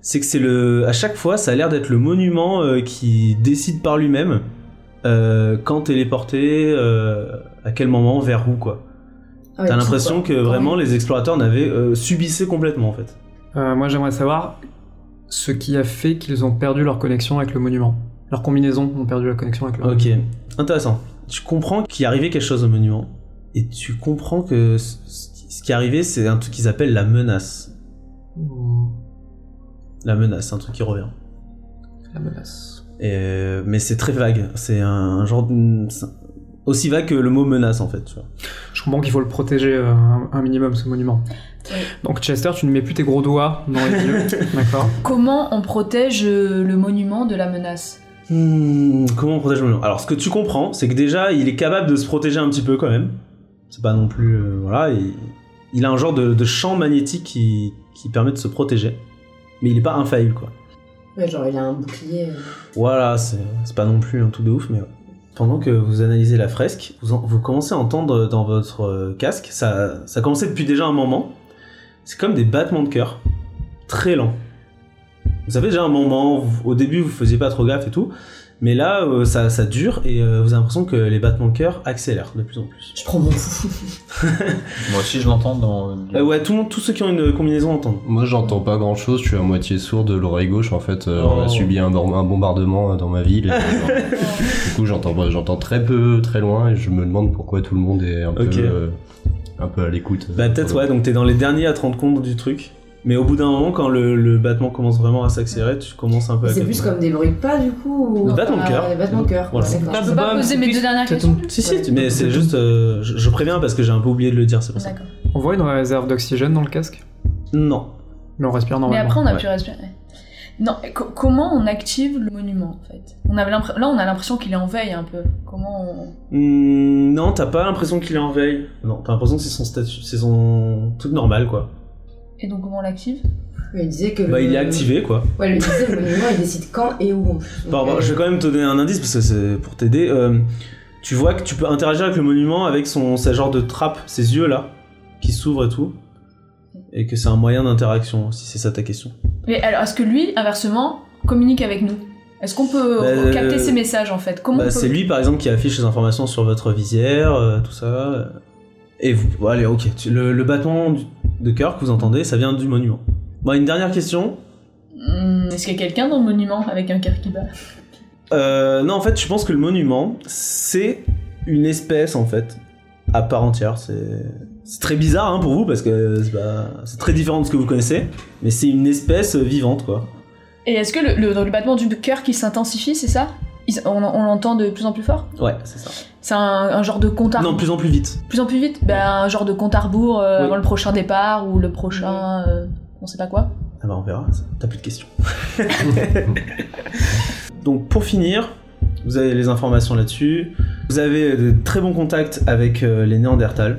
S1: c'est que c'est le, à chaque fois, ça a l'air d'être le monument euh, qui décide par lui-même euh, quand téléporter, euh, à quel moment, vers où, quoi.
S2: Ah ouais,
S1: T'as
S2: tout,
S1: l'impression
S2: quoi.
S1: que vraiment les explorateurs n'avaient euh, subissaient complètement, en fait.
S5: Euh, moi, j'aimerais savoir ce qui a fait qu'ils ont perdu leur connexion avec le monument. Leur combinaison ont perdu la connexion avec le
S1: Ok,
S5: monument.
S1: intéressant. Tu comprends qu'il arrivait quelque chose au monument, et tu comprends que ce- ce qui arrivait, c'est un truc qu'ils appellent la menace.
S5: Ou
S1: La menace, c'est un truc qui revient.
S5: La menace.
S1: Et, euh, mais c'est très vague. C'est un, un genre de. c'est- Aussi vague que le mot menace, en fait, tu vois.
S5: Je comprends qu'il faut le protéger euh, un, un minimum, ce monument.
S7: Oui.
S5: Donc, Chester, tu ne mets plus tes gros doigts dans les yeux, d'accord
S7: Comment on protège euh, le monument de la menace
S1: Hmm, comment on protège le monument Alors, ce que tu comprends, c'est que déjà, il est capable de se protéger un petit peu quand même. C'est pas non plus. euh, voilà, il, il a un genre de, de champ magnétique qui, qui permet de se protéger. Mais il est pas infaillible, quoi.
S2: Ouais, genre, il a un bouclier. euh.
S1: Voilà, c'est c'est pas non plus un truc de ouf, mais ouais. Pendant que vous analysez la fresque, vous, en- vous commencez à entendre dans votre euh, casque, ça, ça commençait depuis déjà un moment, c'est comme des battements de cœur, très lents. Vous savez déjà un moment, vous- au début vous faisiez pas trop gaffe et tout, mais là euh, ça, ça dure et euh, vous avez l'impression que les battements de cœur accélèrent de plus en plus.
S2: Je prends mon fou.
S4: Moi aussi, je l'entends dans.
S1: Euh, ouais, tout le monde, tous ceux qui ont une combinaison entendent.
S6: Moi, j'entends pas grand chose, je suis à moitié sourd de l'oreille gauche. En fait, euh, on
S1: Oh.
S6: a subi un, bor- un bombardement euh, dans ma ville. et, euh, du coup, j'entends pas- j'entends très peu, très loin, et je me demande pourquoi tout le monde est un,
S1: Ok.
S6: peu, euh, un peu à l'écoute. euh,
S1: Bah peut-être ouais, donc t'es dans les derniers à te rendre compte du truc, mais au bout d'un moment quand le, le battement commence vraiment à s'accélérer, tu commences un peu à...
S2: C'est plus
S1: capter.
S2: comme des bruits de pas, du coup
S1: Des
S2: ou...
S1: battements de cœur.
S2: Des battements de cœur.
S1: Voilà.
S2: ouais, d'accord.
S7: Je peux pas
S5: Bah,
S7: poser mes
S5: plus-
S7: deux dernières
S5: t'as
S7: questions
S1: Si, si, mais c'est juste. euh, je, je préviens parce que j'ai un peu oublié de le dire, c'est pour ça.
S7: D'accord.
S5: On voit une réserve d'oxygène dans le casque,
S1: Non.
S5: mais on respire
S7: Mais
S5: normalement.
S7: après, on a
S1: ouais.
S7: pu respirer. Non, et co- comment on active le monument en fait on avait l'impr- Là, on a l'impression qu'il est en veille un peu. Comment on...
S1: Hmm, non, t'as pas l'impression qu'il est en veille. Non, t'as l'impression que c'est son statut. C'est son. Tout normal, quoi.
S7: Et donc, comment on l'active
S2: Mais il disait que.
S1: Bah,
S2: le-
S1: il est activé, quoi.
S2: Ouais, le disait, le monument, il décide quand et où.
S1: Bon, bon,
S2: euh,
S1: je vais quand même te donner un indice parce que c'est pour t'aider. Euh, tu vois que tu peux interagir avec le monument avec son, sa genre de trappe, ses yeux là, qui s'ouvrent et tout. Et que c'est un moyen d'interaction, si c'est ça ta question.
S7: Mais alors, est-ce que lui, inversement, communique avec nous Est-ce qu'on peut
S1: Euh,
S7: capter ses messages en fait Comment
S1: Bah,
S7: on peut-
S1: c'est lui par exemple qui affiche les informations sur votre visière, euh, tout ça. euh. Et vous, bon, allez, ok. Tu- Le, le battement du- de cœur que vous entendez, ça vient du monument. Bon, une dernière question.
S7: Hmm, Est-ce qu'il y a quelqu'un dans le monument avec un cœur qui bat
S1: Euh, non, en fait, je pense que le monument, c'est une espèce en fait à part entière. C'est c'est très bizarre hein, pour vous parce que c'est pas- c'est très différent de ce que vous connaissez, mais c'est une espèce vivante quoi.
S7: Et est-ce que le, le- donc le battement du cœur qui s'intensifie, c'est ça Il- on, on l'entend de plus en plus fort
S1: Ouais, c'est ça.
S7: C'est un, un genre de compte à
S1: Non, de plus en plus vite.
S7: plus en plus vite Ben, Un genre de compte à rebours euh,
S1: Oui.
S7: avant le prochain départ ou le prochain. euh, on sait pas quoi.
S1: Ah bah on verra, ça. t'as plus de questions. Donc pour finir, vous avez les informations là-dessus. Vous avez de très bons contacts avec euh, les Néandertals.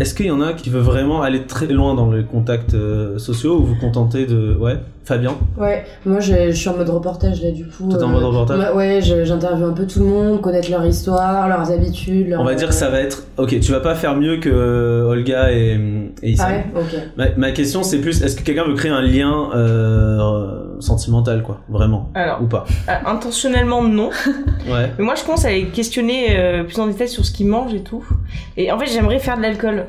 S1: Est-ce qu'il y en a qui veut vraiment aller très loin dans les contacts euh, sociaux ou vous contentez de... Ouais, Fabien
S2: Ouais, moi je, je suis en mode reportage là du coup.
S1: T'es en mode reportage
S2: moi- Ouais, je- j'interviewe un peu tout le monde, connaître leur histoire, leurs habitudes. Leur...
S1: On va dire que ça va être... Ok, tu vas pas faire mieux que euh, Olga et, mm, et
S2: Ah
S1: Issa.
S2: ouais, ok.
S1: ma, ma question c'est plus, est-ce que quelqu'un veut créer un lien euh, sentimental quoi Vraiment
S3: Alors,
S1: Ou pas
S3: euh, intentionnellement, non.
S1: Ouais.
S3: Mais moi, je commence à les questionner euh, plus en détail sur ce qu'ils mangent et tout. Et en fait, j'aimerais faire de l'alcool.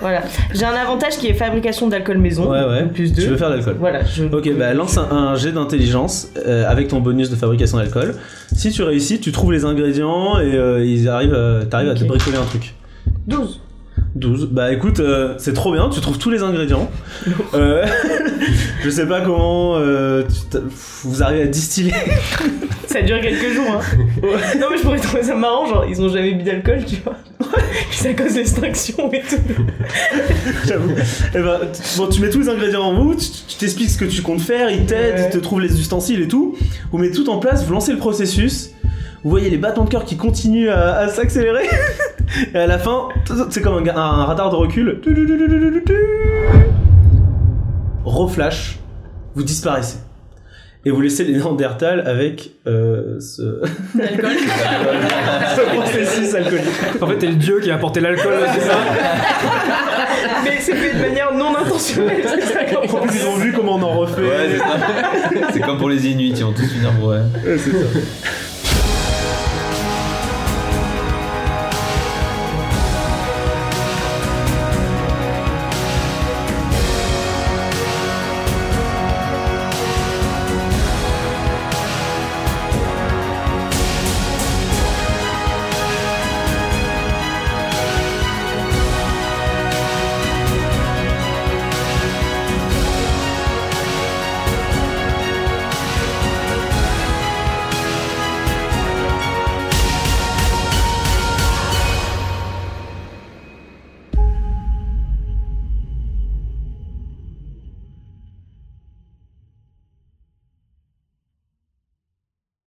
S3: voilà. J'ai un avantage qui est fabrication d'alcool maison.
S1: Ouais, ouais.
S3: Plus
S1: Tu veux
S3: 2.
S1: faire de l'alcool
S3: Voilà. Je...
S1: Ok, bah lance un, un jet d'intelligence euh, avec ton bonus de fabrication d'alcool. Si tu réussis, tu trouves les ingrédients et euh, ils arrivent, euh, t'arrives à
S3: Ok.
S1: te bricoler un truc.
S3: 12.
S1: 12. Bah écoute, euh, c'est trop bien, tu trouves tous les ingrédients. Euh, je sais pas comment euh, tu t'as- vous arrivez à distiller.
S3: Ça dure quelques jours, hein. non, mais je pourrais trouver ça marrant, genre, ils ont jamais bu d'alcool, tu vois. Puis ça cause l'extraction et tout.
S1: J'avoue. Eh ben, tu- bon, tu mets tous les ingrédients en vous, tu tu t'expliques ce que tu comptes faire, ils t'aident,
S3: Ouais.
S1: ils te trouvent les ustensiles et tout. Vous mettez tout en place, vous lancez le processus. Vous voyez les battements de cœur qui continuent à, à s'accélérer. Et à la fin, c'est comme un, ga- un radar de recul. Reflash, vous disparaissez. Et vous laissez les Néandertals avec euh, ce...
S7: L'alcool.
S1: ce processus alcoolique.
S5: En fait, t'es le dieu qui a apporté l'alcool, c'est ça
S3: Mais c'est fait de manière non intentionnelle, c'est ça qu'on
S1: En plus, ils ont vu comment on en refait.
S4: Ouais, c'est ça. c'est comme pour les Inuits, ils vont tous finir pour. Ouais.
S1: Ouais, c'est ça.